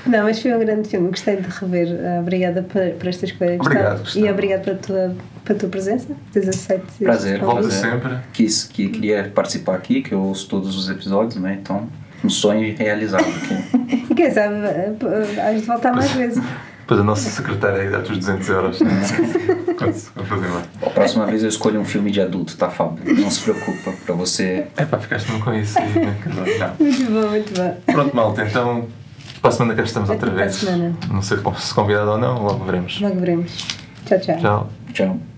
Não, mas foi um grande filme, gostei de rever. Ah, Obrigada por, por estas coisas.
Obrigado, Gustavo.
E obrigado pela tua, pela tua presença. Teres aceito este
Prazer,
convite.
Volta
Pois é.
sempre.
Quis, que queria participar aqui, que eu ouço todos os episódios, né? Então, um sonho realizado aqui.
E quem sabe, ah, hás de voltar mais vezes.
Depois a nossa secretária aí dá-te os 200 euros. Né? Quando fazer lá.
A próxima vez eu escolho um filme de adulto, tá, Fábio? Não se preocupa, pra você.
É pá, ficaste-me com isso aí, né? Não.
Muito bom, muito bom.
Pronto, malta, então para a semana cá estamos outra
Até para a
vez.
semana.
Não sei se convidado ou não, logo veremos.
Logo veremos. Tchau, tchau.
Tchau.
Tchau.